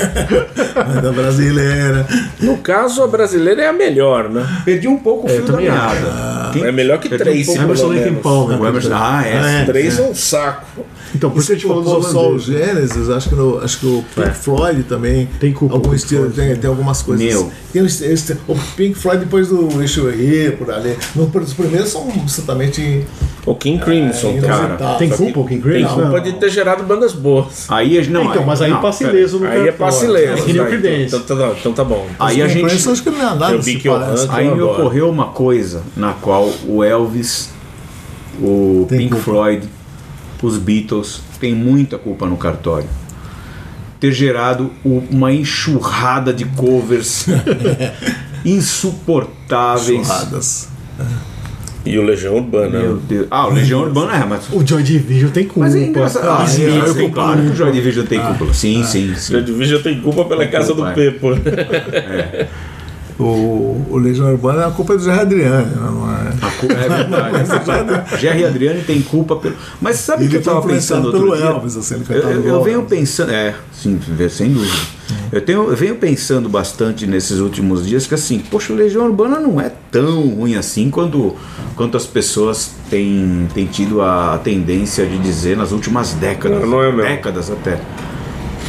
banda brasileira. no caso, a brasileira é a melhor, né? Perdi um pouco o fio da também acho. meada. Quem- É melhor que Perdi três, um pouco pelo Emerson Lake menos. Palmer. o Emerson, ah, é. É. Três é um saco. Então, por Isso isso que eu te tipo, falo dos só o holandeses. né? Gênesis, acho que, no- acho que o Pink Floyd também. Tem culpa, algum Pink estilo, Floyd, tem, tem algumas coisas. Meu. Tem um esti- esti- o Pink Floyd depois do Issue Here, por ali. No, os primeiros são certamente. O King Crimson, é, cara. inusitado, Tem só que- culpa o King Crimson? Não, pode ter gerado bandas boas. Aí a gente- não. Então, mas aí não, passa pera. ileso no Aí é campo, ó. passileiro. É que nem o Tá, Creedence. então, então tá- então tá bom. Aí Os a Pink gente- Floyd, acho que não é nada. Eu se vi que o parece. Hans- Aí me Agora. ocorreu uma coisa na qual o Elvis, o Tem Pink culpa. Floyd, os Beatles têm muita culpa no cartório. Ter gerado o- uma enxurrada de covers insuportáveis. Churradas. E o Legião Urbana. Meu Deus. Ah, o Legião Urbana é, mas. O Joy Division tem culpa. Mas é engraçado. Ah, sim, sim, eu sim, comparo que o Joy Division tem culpa. Sim, sim, O Joy sim. Division tem culpa pela Tem casa culpa, do Pepo. O, o Legião Urbana é a culpa do Jair Adriano, né, não É é? verdade. Jerry Adriano tem culpa pelo. Mas sabe o que Ele eu foi tava pensando influenciado outro pelo dia? Elvis, assim, ele Eu, cantava eu, igual eu o venho Elvis. Uhum. pensando, é, sim, sem dúvida. Eu, tenho, eu venho pensando bastante nesses últimos dias que assim, poxa, o Legião Urbana não é tão ruim assim quanto, quanto as pessoas têm, têm tido a tendência de dizer nas últimas décadas. Não, não é mesmo. Décadas até.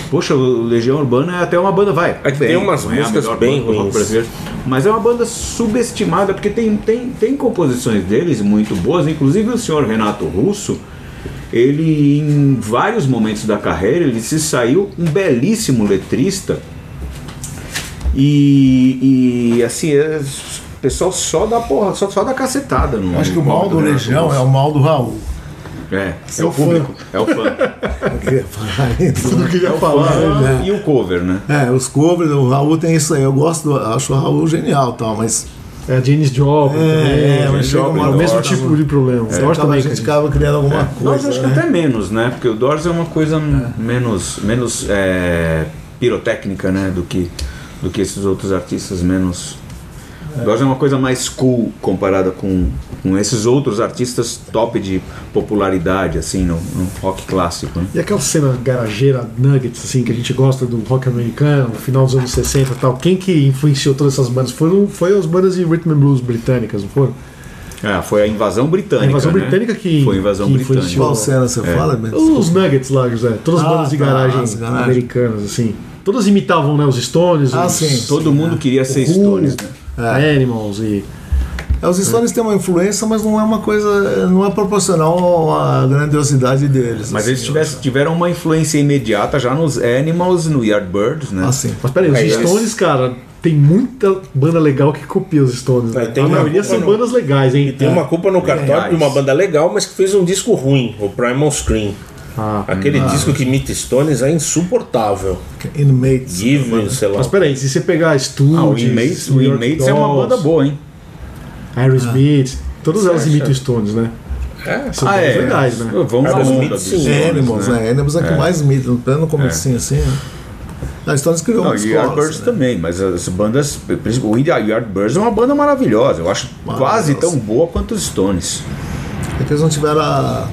Poxa, o Legião Urbana é até uma banda, vai. É que tem umas não a músicas melhor bem banda do rock ruins. brasileiro, Mas é uma banda subestimada, porque tem, tem, tem composições deles muito boas, inclusive o senhor Renato Russo, ele em vários momentos da carreira, ele se saiu um belíssimo letrista. E, e, assim, é- o pessoal só dá porra, só, só dá cacetada. No, Acho que o no mal do Renato Legião Russo. é o mal do Raul. É, é o o fã. público, é o fã. Tudo que ele ia falar. né? Fã E o cover, né? É, os covers, o Raul tem isso aí. Eu gosto, do- acho o Raul genial e tal, mas. É a Janis Joplin também. é, mas chega uma É o hora- mesmo tava- tipo de problema. É. George tava- a também. gente cara. acaba criando alguma Doors coisa. acho que né? até menos, né? Porque o Doors é uma coisa menos, menos é, pirotécnica, né? Do que, do que esses outros artistas menos. Doors é uma coisa mais cool comparada com, com esses outros artistas top de popularidade, assim, no, no rock clássico. Né? E aquela cena garageira Nuggets, assim, que a gente gosta do rock americano, no final dos anos 60 e tal. Quem que influenciou todas essas bandas? Foram, foi as bandas de rhythm and blues britânicas, não foram? É, foi a invasão britânica. A invasão né? britânica que- Foi a invasão que britânica. influenciou. Qual cena você é. fala, Bento? Os Nuggets lá, José. Todas as Ah, bandas de tá, garagem as garagens. americanas, assim. Todas imitavam, né? Os Stones, Ah, os sim. Todo né? mundo queria ser Stones, né? Animals e... É, os Stones têm uma influência, mas não é uma coisa. não é proporcional à grandiosidade deles. Mas assim, eles tivesse- tiveram uma influência imediata já nos Animals, no Yardbirds, né? Ah, eu- Assim. Mas peraí, os É, eles- Stones, cara, tem muita banda legal que copia os Stones. Né? É, tem a uma maioria culpa são no- bandas legais, hein? É. E tem uma culpa no cartório de uma banda legal, mas que fez um disco ruim, o Primal Scream. Ah, Aquele disco que imita Stones é insuportável. Inmates. Give, sei lá. Mas peraí, se você pegar Studios, Ah, o Inmates, o New York Inmates é uma Dolls, banda boa, hein? Aerosmith, todas elas imitam Stones, né? Ah. É. São bandas legais, né? Ah, Vamos Era lá, os onda Beatles, dos sim. Stones, Animals, né? Animals é que mais imitam, pelo menos no comecinho assim. né? A Stones criou É. Não, umas e escolas, Yardbirds né? também, mas as bandas. O Yardbirds é uma banda maravilhosa. Eu acho quase tão boa quanto os Stones. É que eles não tiveram a.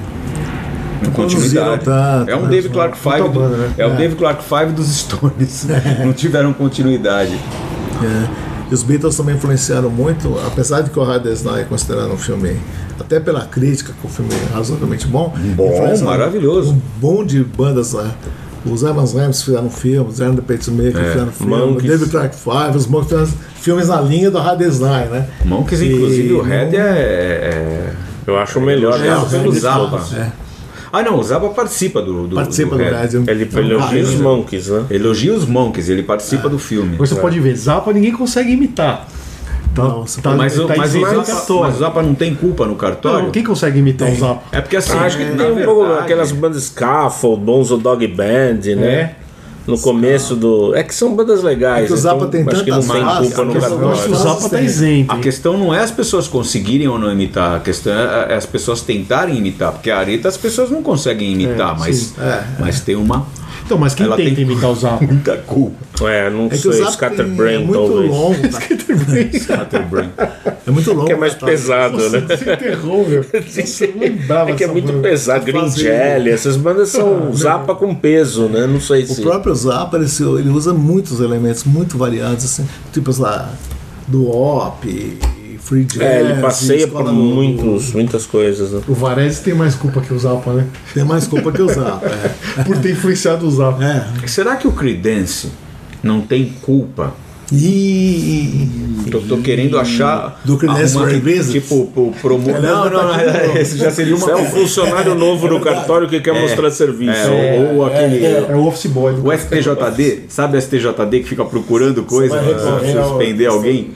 Em produziram continuidade. tanto, é um né? David Clark Five. do- banda, né? É o David Clark Five dos Stones. Não tiveram continuidade. É. E os Beatles também influenciaram muito, apesar de que o Hard Day's Night é considerado um filme, até pela crítica, que o filme é razoavelmente bom. Bom, influenciaram maravilhoso. Um bom de bandas lá. Os Evans Rams fizeram um filme, os Iron Pacemaker É, fizeram um filme, Monkeys. David Clark Five, os Monkeys fizeram filmes na linha do Hard Day's Night, né? Monkeys, E inclusive, o não- Red é. é é... Eu acho o melhor. É, disco. pelo é, Zappa. é. Ah, não, o Zappa participa do. do Participa do Red. Red. Ele elogia os monkeys, né? Elogia os Monkeys, ele participa do filme. É. Agora você É. pode ver, Zappa ninguém consegue imitar. Tá, Não, você tá, Mas, o- tá mas, o isolado em Zappa, cartório. mas o Zappa não tem culpa no cartório? Não, quem consegue imitar o Zappa? É porque assim. Ah, acho que na tem um pouco verdade- aquelas bandas Scaffold, Bonzo Dog Band, né? No começo do. É que são bandas legais. né? Então, É que o Zappa tem acho que não tantas tem faces, culpa no que eu só Eu acho que o cartório. gosto- Zappa tá Sim. isento. A hein? questão não é as pessoas conseguirem ou não imitar, a questão é as pessoas tentarem imitar, porque a areta as pessoas não conseguem imitar, É, mas, sim. mas tem uma Então, mas quem Ela tenta tem- imitar o Zappa? muita culpa. É, não É que o sei, Zappa tem- é Scatterbrain muito talvez. longo, tá? Scatterbrain. é muito longo. Que é mais tá? pesado, né? Você enterrou, meu. Nossa, eu lembrava É que é dessa muito banda. pesado, Green Fazer- um- Né? Jelly, essas bandas são Zappa com peso, né? Não sei O se. próprio Zappa, ele, se- ele usa muitos elementos muito variados, assim, tipo, sei lá, do op, e free jazz. É, ele passeia escola por no- muitos, muitas coisas, né? O Varese tem mais culpa que o Zappa, né? Tem mais culpa que o Zappa. É. Por ter influenciado o Zappa. é. Será que o Creedence não tem culpa? E. Tô, tô querendo achar. Do Creedence arrumar que- Revival? Tipo, o promo... Não, não, não. Esse já seria uma. É um funcionário novo no cartório que quer mostrar serviço. É, ou, ou aquele. É o office boy. do O cara. STJD, sabe o STJD que fica procurando coisa vai recorrer pra ao- suspender alguém?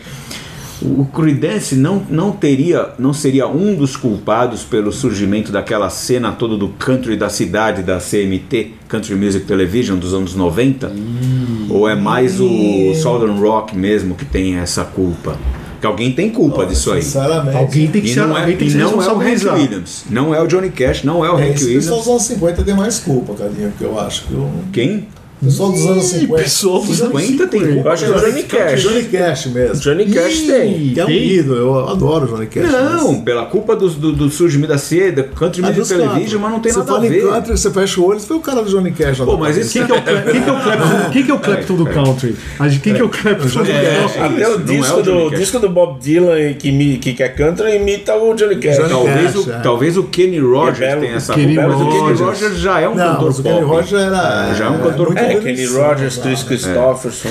O Creedence não, não teria, não seria um dos culpados pelo surgimento daquela cena toda do country da cidade da CMT, Country Music Television dos anos 90? Hum. Ou é mais o Southern Rock mesmo que tem essa culpa? Que alguém tem culpa disso aí. Sinceramente. Alguém tem que E ser, não é, alguém tem e que ser não é o Hank responsabilizado. Williams, não é o Johnny Cash, não é o É, Hank esse pessoal Williams. dos anos 50 tem mais culpa, Cadinho, porque eu acho que o Quem? pessoal dos anos 50. pessoal dos anos 50 tem Eu culpa. acho que o Johnny Cash. é Johnny Cash mesmo. Johnny Cash tem. Que é um ídolo, eu adoro o Johnny Cash. Não, mas- pela culpa do, do, do surgimento da seda, Country Ah, Music dos Television, quatro. mas não tem você nada a fala em ver. country, você fecha o olho, você foi o cara do Johnny Cash. lá Pô, na mas cabeça. esse que é o Clef- Quem que é o Clapton, quem que é o Clapton do country? A gente- Quem que é o Clapton do É, country? Até isso, o não é disco, Johnny do, Cash. disco do Bob Dylan que, mi- que é country imita o Johnny Cash. Então, Johnny Talvez, Cash, o, é. talvez o Kenny Rogers Belo- tenha essa Kenny culpa, mas o Kenny Rogers. Rogers já é um Não, cantor mas o pop. Kenny Rogers era. Já é um cantor muito pop. É, deluição, Kenny Rogers, né? Chris Christopherson.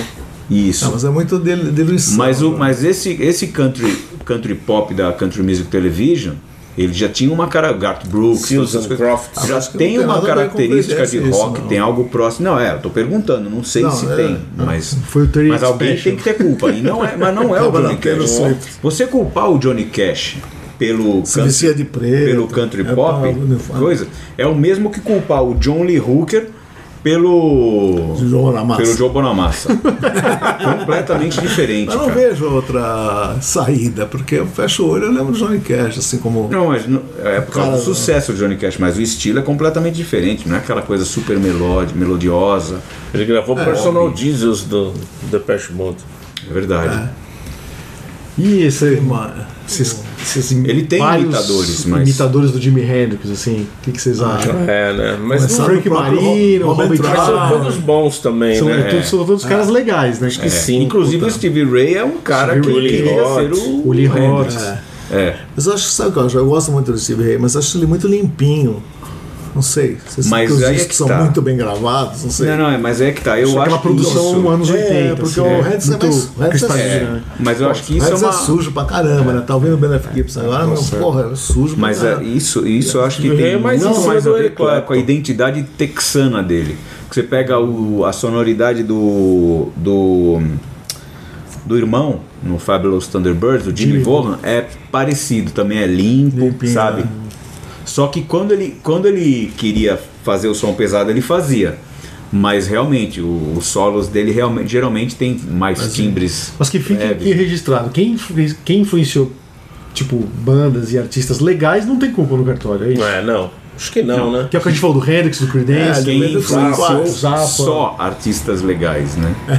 Isso. Não, mas é muito dele- deluição. Mas, o, né? mas esse, esse country, country pop da Country Music Television, ele já tinha uma cara. Garth Brooks, Susan todas essas coisas. Croft. já Acho que não tem tem uma nada a ver com característica de Creedence isso, rock, não. tem algo próximo. Não, é, eu tô perguntando, não sei Não, se é, tem, mas. Foi o 30 mas alguém tem Special. que ter culpa. E não é, mas não é o Acaba Johnny na Taylor Cash. Swift. Você culpar o Johnny Cash pelo Se vestia de preto, pelo country era pop, pra- uniforme. coisa, é o mesmo que culpar o John Lee Hooker pelo João Bonamassa. pelo João Bonamassa. Completamente diferente. Mas não cara. vejo outra saída, porque eu fecho o olho eu lembro do Johnny Cash, assim como. Não, mas não- é por causa do sucesso do Johnny Cash, mas o estilo é completamente diferente, não é aquela coisa super melódica, melodiosa. Ele gravou Personal Jesus do Depeche Mode. É verdade. E esse, Uma- esses, esses Ele tem vários imitadores, mas- Ah, imitadores do Jimi Hendrix, assim. O que, que vocês acham? É, né? Mas, Começando não- Frank o próprio Marino, Robert Robert Trauer. mas são Ah. todos bons também, São, É. né? todos, são todos caras legais, né? É. Sim, Inclusive puta. o Stevie Ray é um cara Stevie que Ray. queria ser o, O Lee Hendrix. Roth. É. Mas eu acho, sabe o que eu acho? Eu gosto muito do Steve Ray, mas acho ele muito limpinho. Não sei. Vocês Mas que os aí é discos que são tá. muito bem gravados, não sei. Não, não, é, mas é que tá. Eu acho Aquela que produção isso- anos 80. É, porque o Hendrix é muito mais- o Hendrix é- cristalino, né? Mas eu acho que isso é Mas é, uma. É. sujo pra caramba, né? Tá ouvindo o Benef Gibson agora, mas porra, é sujo Mas pra é, caramba. isso, isso eu acho que Stevie Ray tem é mais muito em mais a cima do ver Eric com a, Clapton. com a identidade texana dele. Que você pega o- a sonoridade do, do do irmão no Fabulous Thunderbirds, o Jimmy Vaughan, é parecido, também é limpo, sabe? Só que quando ele, quando ele queria fazer o som pesado, ele fazia. Mas realmente, o- os solos dele realmente, geralmente tem mais timbres. Mas que fique leves. aqui registrado. Quem, influ- quem influenciou, tipo, bandas e artistas legais não tem culpa no cartório, é isso? Não é, não. Acho que não, né? Que é o que a gente falou do Hendrix, do Creedence. É, do- Quem Medo do influenciou Zappa. só artistas legais, né?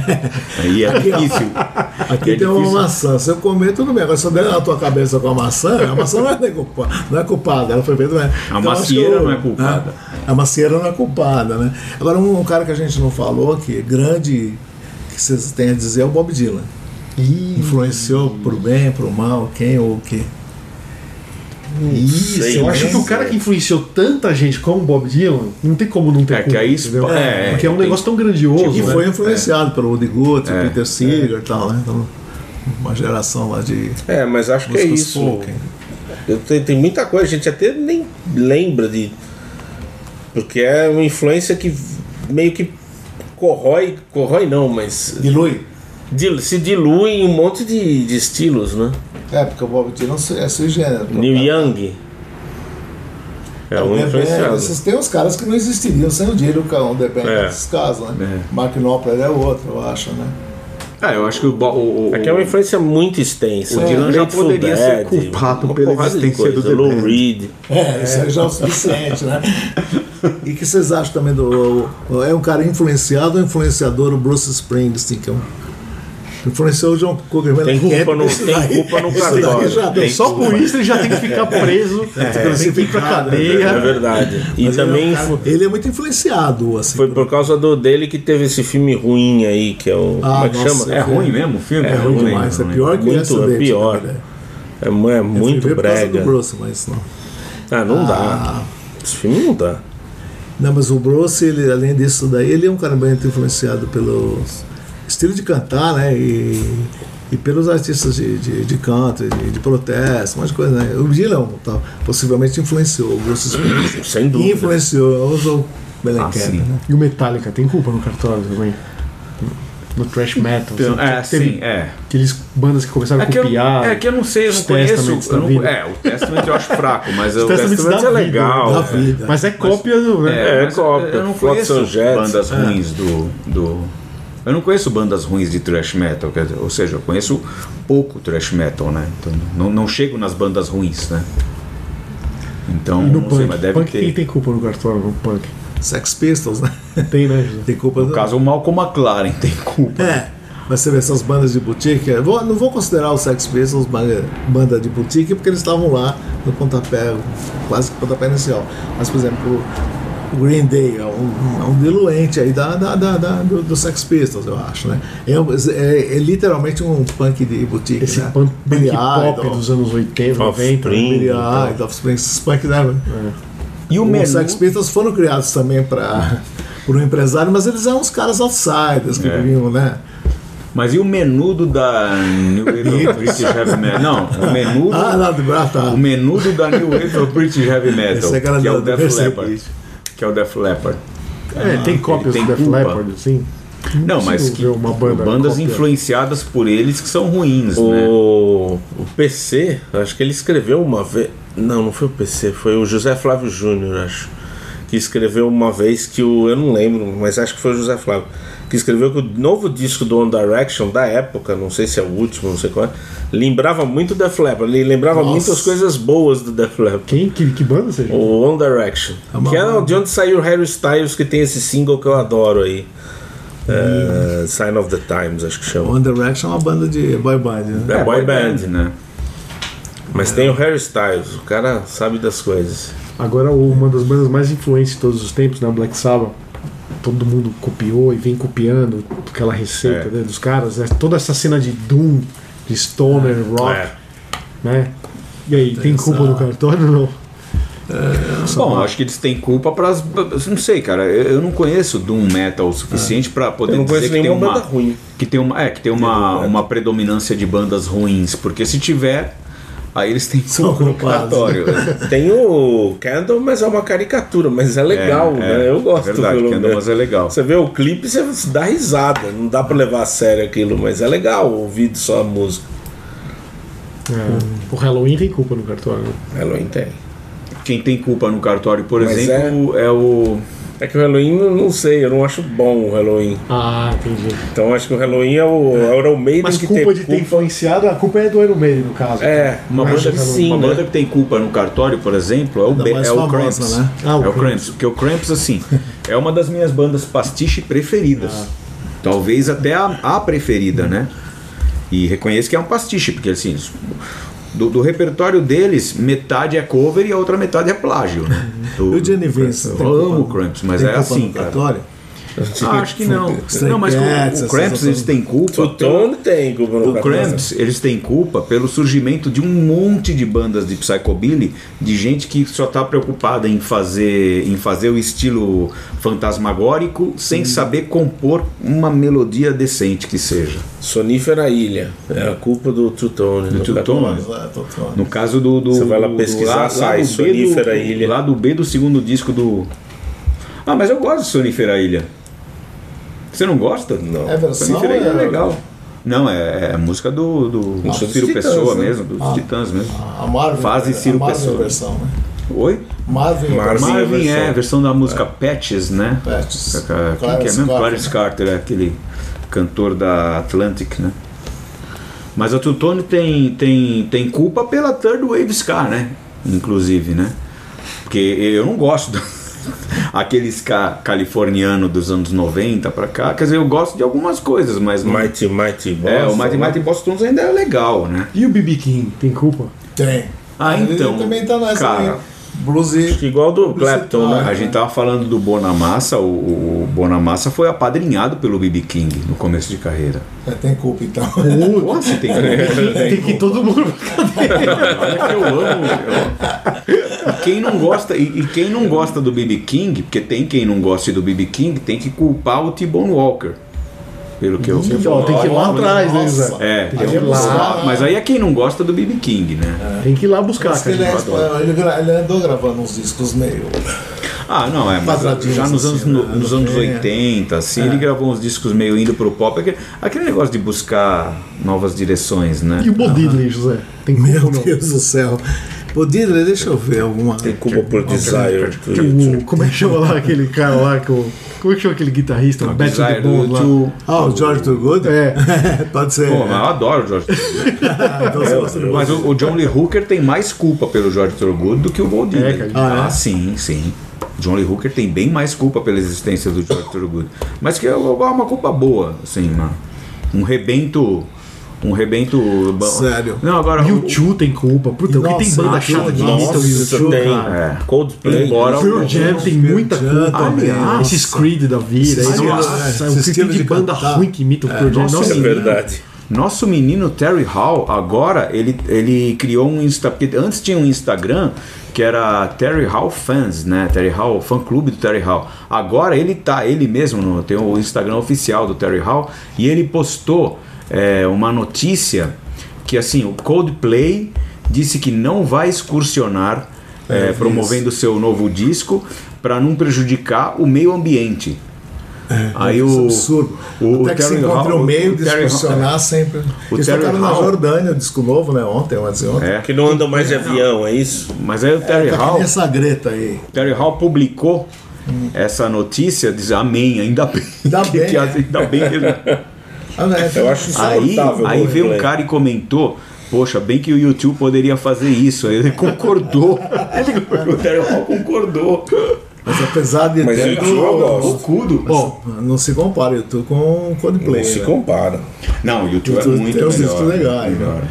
Aí é Aqui, ó. difícil. Aqui é tem uma difícil. maçã, se eu comer, tudo bem. Agora, se eu der na tua cabeça com a maçã, a maçã não é culpada, não é culpada ela foi feita. Não é. eu acho que macieira não é culpada. né? A macieira não é culpada, né? Agora, um, um cara que a gente não falou, que é grande, que vocês têm a dizer, é o Bob Dylan. Influenciou pro bem, pro mal, quem ou o quê? Isso, sei, eu né? acho que o cara que influenciou tanta gente como Bob Dylan, não tem como não ter É, que culpa, aí isso- entendeu? é, é, Porque é um tem- negócio tão grandioso, E é. né? foi influenciado pelo Woody Guthrie, É. Peter Seeger e tal, né? Então, uma geração lá de É, mas acho que é músicas isso. folk. Eu te- tem muita coisa, a gente até nem lembra de. Porque é uma influência que meio que corrói. Corrói não, mas. Dilui. dil- se dilui em um monte de, de estilos, né? É, porque o Bob Dylan é sui generis. Neil Young. É um influenciado. Vocês têm uns caras que não existiriam sem o Dino, um depende É. desses casos, né? Mark Knopfler é outro, eu acho, né? Ah, eu acho que um o, Bo- o, o- Aqui é uma influência muito extensa. É. O Dylan já Grateful poderia ser Dead, culpado uma pela porrada de existência coisa, do The Lou Band. Reed. É, isso aí já é o suficiente, né? E o que vocês acham também do. o- É um cara influenciado ou influenciador, o Bruce Springsteen, que é um. Influenciou o John Cougar. mas Tem é culpa no- isso tem daí- culpa no isso daí cartório. já um deu Tem só um. Só por né? isso ele já tem que ficar É. preso, tem que ir pra cadeia. É verdade. E Mas ele é um também cara- influ- Ele é muito influenciado, assim. foi por causa do dele que teve esse filme ruim aí, que é o. Ah, como é que nossa, chama? É ruim mesmo o filme? É Eu não ruim lembro, né? demais, é não lembro. pior que Muito, o acidente. é pior. né? É, mu- é muito fui ver por causa brega. do Bruce, mas não. Ah, não Ah. dá. Esse filme não dá. Não, mas o Bruce, ele, além disso daí, ele é um cara muito influenciado pelo estilo de cantar, né? E, e pelos artistas de, de, de canto, de, de protesto, um monte de coisa, né? O Dylan tá, possivelmente influenciou o Bruce Springsteen. Sem E dúvida. influenciou o Belenquer, sim. né? E o Metallica tem culpa no cartório também? No thrash metal. Então, assim, é, teve sim, é. Aqueles bandas que começaram É a que, eu, copiar. é que eu não sei, eu não os Testaments conheço. eu da não- vida. é, o Testament eu acho fraco, mas o Testaments Testament da é vida, legal. Da é. vida. Mas é cópia do. É, É, mas cópia, Eu não Flock conheço Sun Jets. bandas ruins do, do. Eu não conheço bandas ruins de thrash metal, quer dizer, ou seja, eu conheço pouco thrash metal, né? Então, não, não chego nas bandas ruins, né? Então, No não sei, punk. mas deve punk quem ter. tem culpa no cartório no punk? Sex Pistols, né? Tem, né, José? Tem culpa No do- caso, o Malcolm McLaren tem culpa. É, mas você vê essas bandas de boutique. eu vou- não vou considerar os Sex Pistols banda, banda de boutique porque eles estavam lá no pontapé, quase que pontapé inicial. Mas, por exemplo, o Green Day é um, é um diluente aí da, da, da- da- do, do Sex Pistols, eu acho, né? É, um- é- é literalmente um punk de boutique. Esse né? punk, Billy punk pop Idol, dos anos né? 80, 90. Offspring. Billy Idol, Offspring, esses punk, né? E o Os menu, Sex Pistols foram criados também para por um empresário, mas eles eram uns caras outsiders que É. viviam, né? mas e o menudo da New Wave of British Heavy Metal? Não, o menudo, Ah, lá do braço, tá. o menudo da New Wave of British Heavy Metal, Esse é cara que é do- o do Def Perseguir. Leppard, que é o Def Leppard. É, tem cópias tem do Def culpa. Leppard, assim. Não, mas consigo que ver uma banda bandas cópia. influenciadas por eles que são ruins, né? O, o PC, acho que ele escreveu uma vez. Não, não foi o PC, foi o José Flávio Júnior, acho. Que escreveu uma vez que o. Eu não lembro, mas acho que foi o José Flávio. Que escreveu que o novo disco do One Direction da época, não sei se é o último, não sei qual é, lembrava muito do Def Leppard, ele lembrava Nossa. muito as coisas boas do Def Leppard. é Quem? Que, que banda seja? O One Direction. uma que é banda. de onde saiu o Harry Styles, que tem esse single que eu adoro aí. É, Hum. Sign of the Times, acho que chama. One Direction é uma banda de boy band, né? É, boy band. né? Mas tem o Harry Styles, o cara sabe das coisas. Agora uma das bandas mais influentes de todos os tempos, né? o Black Sabbath. Todo mundo copiou e vem copiando aquela receita É. né, dos caras. né? Toda essa cena de Doom, de Stoner, Rock, É. né? E aí, tem culpa no cartório ou não? Bom, acho que eles têm culpa para as. Não sei, cara. Eu, eu não conheço Doom Metal o suficiente pra poder Eu não dizer conheço que tem nenhuma uma banda ruim. que tem uma é que tem uma, uma predominância de bandas ruins, porque se tiver aí eles têm culpa no culpados. cartório. né? Tem o Candle, mas é uma caricatura, mas é legal, É, né? é. Eu gosto Verdade, pelo Candle, menos. mas é legal. Você vê o clipe, você dá risada, não dá pra levar a sério aquilo, mas é legal ouvir só a música. É, O Halloween tem culpa no cartório. né? Halloween tem. Quem tem culpa no cartório, por Mas exemplo, é, o É que o Halloween, eu não sei, eu não acho bom o Halloween. Ah, entendi. Então eu acho que o Halloween é o, é. o Iron Maiden Mas que culpa tem de ter influenciado, a culpa é do Iron Maiden, no caso. É, uma Mas banda, é que, sim, uma né? banda que tem culpa no cartório, por exemplo, é o, Da Be- mais é o famosa, Cramps. né? Ah, o é o Cramps, Cramps. porque o Cramps, assim, é uma das minhas bandas pastiche Ah. preferidas. Talvez até a, a preferida, né? E reconheço que é um pastiche, porque assim, eles- do, do repertório deles, metade é cover e a outra metade é plágio, né? Do- E o Jenny do Cramps. Vince? Eu amo o Cramps, mas é assim, cara. Ah, acho que não. Stray Não, mas o, Cats, o essas Cramps, eles outras- têm culpa. O Tony tem culpa no O Cramps, eles têm culpa pelo surgimento de um monte de bandas de psychobilly, de gente que só tá preocupada em fazer, em fazer o estilo fantasmagórico sem saber compor uma melodia decente que seja. Sonífera Ilha. É a culpa do Tutone. Do no Two Capitão. Tone, no caso do, do Você vai lá do- pesquisar, do- sai, do B do- Sonífera Ilha. Lá do B do segundo disco do Ah, mas eu gosto de Sonífera Ilha. Você não gosta? Não. É a versão, Sonífera Ilha é é- legal. Não, é, é a música do, do Ah, dos Ciro Titãs, Pessoa né? mesmo, dos Titãs mesmo. A Marvel, é, Fase a Ciro Marvel Pessoa. versão, né? Oi? Marvel, Marvel. versão. Sim, a Marvin é, versão. a versão da música Patches, né? Patches. Com a- Quem que é Clarence mesmo? Carter. Clarence Carter, é aquele cantor da Atlantic, né? Mas a Tutone tem, tem, tem culpa pela Third Wave Ska, né? Inclusive, né? Porque eu não gosto do... aquele Ska californiano dos anos 90 pra cá. Quer dizer, eu gosto de algumas coisas, mas... Não... Mighty Mighty Boss. é, o Mighty Mighty Boston ainda é legal, né? E o BB King tem culpa? Tem. Ah, Ele então, também tá nessa cara, aí. blues Acho que e. igual do Clapton, né? Então, A gente tava falando do Bonamassa, o, o Bonamassa foi apadrinhado pelo BB King no começo de carreira. É, tem culpa então. Pô, você tem Tem que ir todo mundo pra Olha que É, eu amo. eu- E Quem não gosta e, e quem não gosta do BB King, porque tem quem não gosta do BB King, tem que culpar o T-Bone Walker. Pelo que eu Ó, tem que ir lá Olha, atrás, né, nossa. Zé? É, Tem que tem ir lá. É. Ah, mas aí é quem não gosta do BB King, né? Tem que ir lá buscar, Mas ele, cara. é, ele, gra- ele andou gravando uns discos meio. Ah, não, é, mas Quadradinhos já nos anos, assim, no- né? nos anos É. 80, assim, É. ele gravou uns discos meio indo pro pop, aquele, aquele negócio de buscar novas direções, né? E o Bodidley, José? Tem culpa Meu ou não? Deus do céu. Ô, Didley, deixa eu ver alguma. Tem Cuba por Desire. O- como é que chama lá aquele cara lá? Que o, como é que chama aquele guitarrista? O Bat the Desire Bone lá. to- Ah, o George Turgood? É. Pode ser. Pô, mas eu adoro o George. Ah, então você gosta do Mas o, o John Lee Hooker tem mais culpa pelo George Thorogood do que o Gold É, cara. Ah, sim, sim. John Lee Hooker tem bem mais culpa pela existência do George Thorogood. Mas que é uma culpa boa, assim, uma- um rebento. Um rebento. bom. Sério? Não, agora. o- YouTube tem culpa. Puta, o que tem Nossa, banda aquilo- chata que imita o Nossa, YouTube, tem. cara? É. Coldplay. Embora o- Pearl Jam tem muita Jam culpa. também, Aliás, nossa. Esses Creed da vida. Esse Esse estilo, é, nossa, esse o que estilo de de banda cantar. ruim que imita o Pearl Jam. nossa, Nossa, É menino. verdade. Nosso menino Terry Hall, agora, ele, ele criou um Insta. porque Antes tinha um Instagram que era Terry Hall Fans, né? Terry Hall, fã clube do Terry Hall. Agora ele tá, ele mesmo, no- tem o Instagram oficial do Terry Hall, e ele postou é, uma notícia que assim, o Coldplay disse que não vai excursionar é, promovendo seu novo disco para não prejudicar o meio ambiente. Aí Isso é o, absurdo. o Até que se Terry encontre Hall- um meio o de Terry Hall- funcionar sempre. O Eles Terry tocaram na Hall- Jordânia, o disco novo, né? Ontem, ou anteontem. É. Que não andam mais de avião, é isso? Mas aí o Terry Tá Hall, que essa greta aí. Terry Hall publicou essa notícia, diz amém, ainda bem. Hum. Ainda que, bem, que- né? ainda bem que ele- Ah, né? Eu acho Aí, insuportável. aí veio um Coldplay. cara e comentou. Poxa, bem que o YouTube poderia fazer isso. Aí ele concordou. Ele- o Terry Hall concordou. Mas apesar de Mas ter- o YouTube eu gosto. Bocudo. Ó, não se compara o YouTube com o Coldplay. Não se né? compara. Não, o YouTube é YouTube muito tem melhor. uns discos legais, né? melhor.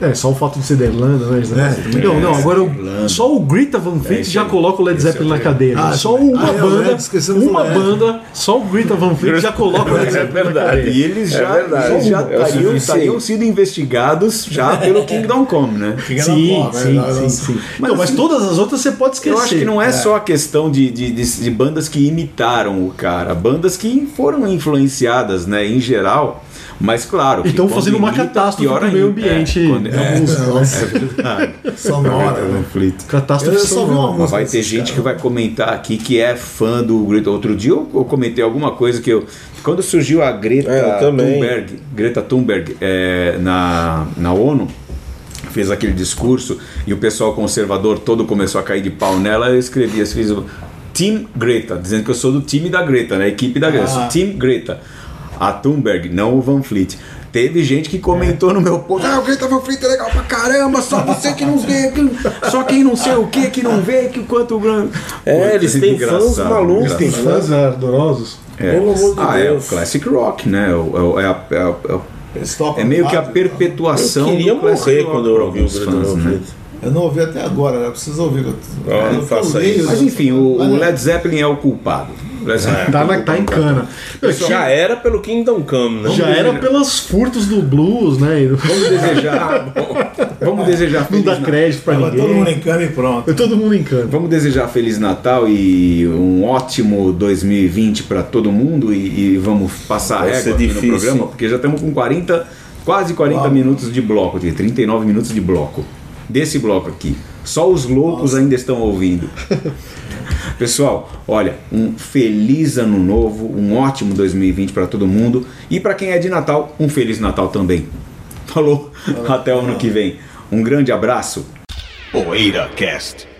É, só o fato de ser da Irlanda, né? Zé? É, não, não, agora o- Irlanda. só o Greta Van Fleet isso já aí. coloca o Led Zeppelin na cadeira. Ah, só isso aí. uma Ah, é, o banda, Led, esquecemos uma do Led. banda, só o Greta Van Fleet já coloca o Led Zeppelin na cadeira. E eles já, verdade. eles já É o estariam, suficiente. estariam sido investigados já pelo Kingdom Come, né? Fica na Sim, porra, sim, né? sim, sim. Mas Então, mas assim, todas as outras você pode esquecer. Eu acho que não é, só a questão de, de, de- de bandas que imitaram o cara, bandas que foram influenciadas, né, em geral. Mas claro. que E tão quando fazendo uma imita, catástrofe pior pro ainda. meio ambiente É, quando- da é, música, né? Nossa, verdade. sonora, né? Conflito. Catástrofe Eu só vi uma sonora. música. Vai ter gente que vai comentar aqui que é fã do Greta. Outro dia eu, eu comentei alguma coisa que eu. Quando surgiu a Greta É, eu também. Thunberg, Greta Thunberg é, na, na ONU, fez aquele discurso e o pessoal conservador todo começou a cair de pau nela, eu escrevi, eu fiz o Team Greta, dizendo que eu sou do time da Greta, né? Equipe da Greta, eu sou Team Greta. A Thunberg, não o Van Fleet. Teve gente que comentou no meu post, ah, o Greta Van Fleet é legal pra caramba, só você que não vê, que- só quem não sei o que, que não vê, que o quanto o grande... É, eles têm fãs malucos, Tem fãs ardorosos. É. Pelo amor de ah, Deus. é o classic rock, né? É, o- é, a- é a- é o- Stop é meio and que a Rock. perpetuação Eu queria do classic morrer rock quando eu pra ouvi o alguns Greta fãs, né? Van Eu não ouvi até agora, né? eu preciso ouvir. Eu, Ah, não eu faça leio, isso. né? Mas enfim, o, o Mas- Led Zeppelin é o culpado. Led Zeppelin Tá, é o na, tá em culpado. cana. Fleet. Já era pelo Kingdom Come, né? Já era pelos furtos do blues, né? E do- Vamos desejar. vamos desejar Tá Não feliz dá Na- crédito pra Mas todo ninguém. mundo encana e pronto. Todo mundo encana. Vamos desejar feliz Natal e um ótimo 2020 para todo mundo e, e vamos passar a Vai régua ser aqui difícil, no programa, hein? porque já estamos com 40, quase 40 minutos de bloco, de 39 minutos de bloco. Desse bloco aqui. Só os loucos ainda estão ouvindo. Pessoal, olha, um feliz ano novo, um ótimo 2020 para todo mundo e para quem é de Natal, um feliz Natal também. Falou, até o ano que vem. Um grande abraço. Poeira Cast.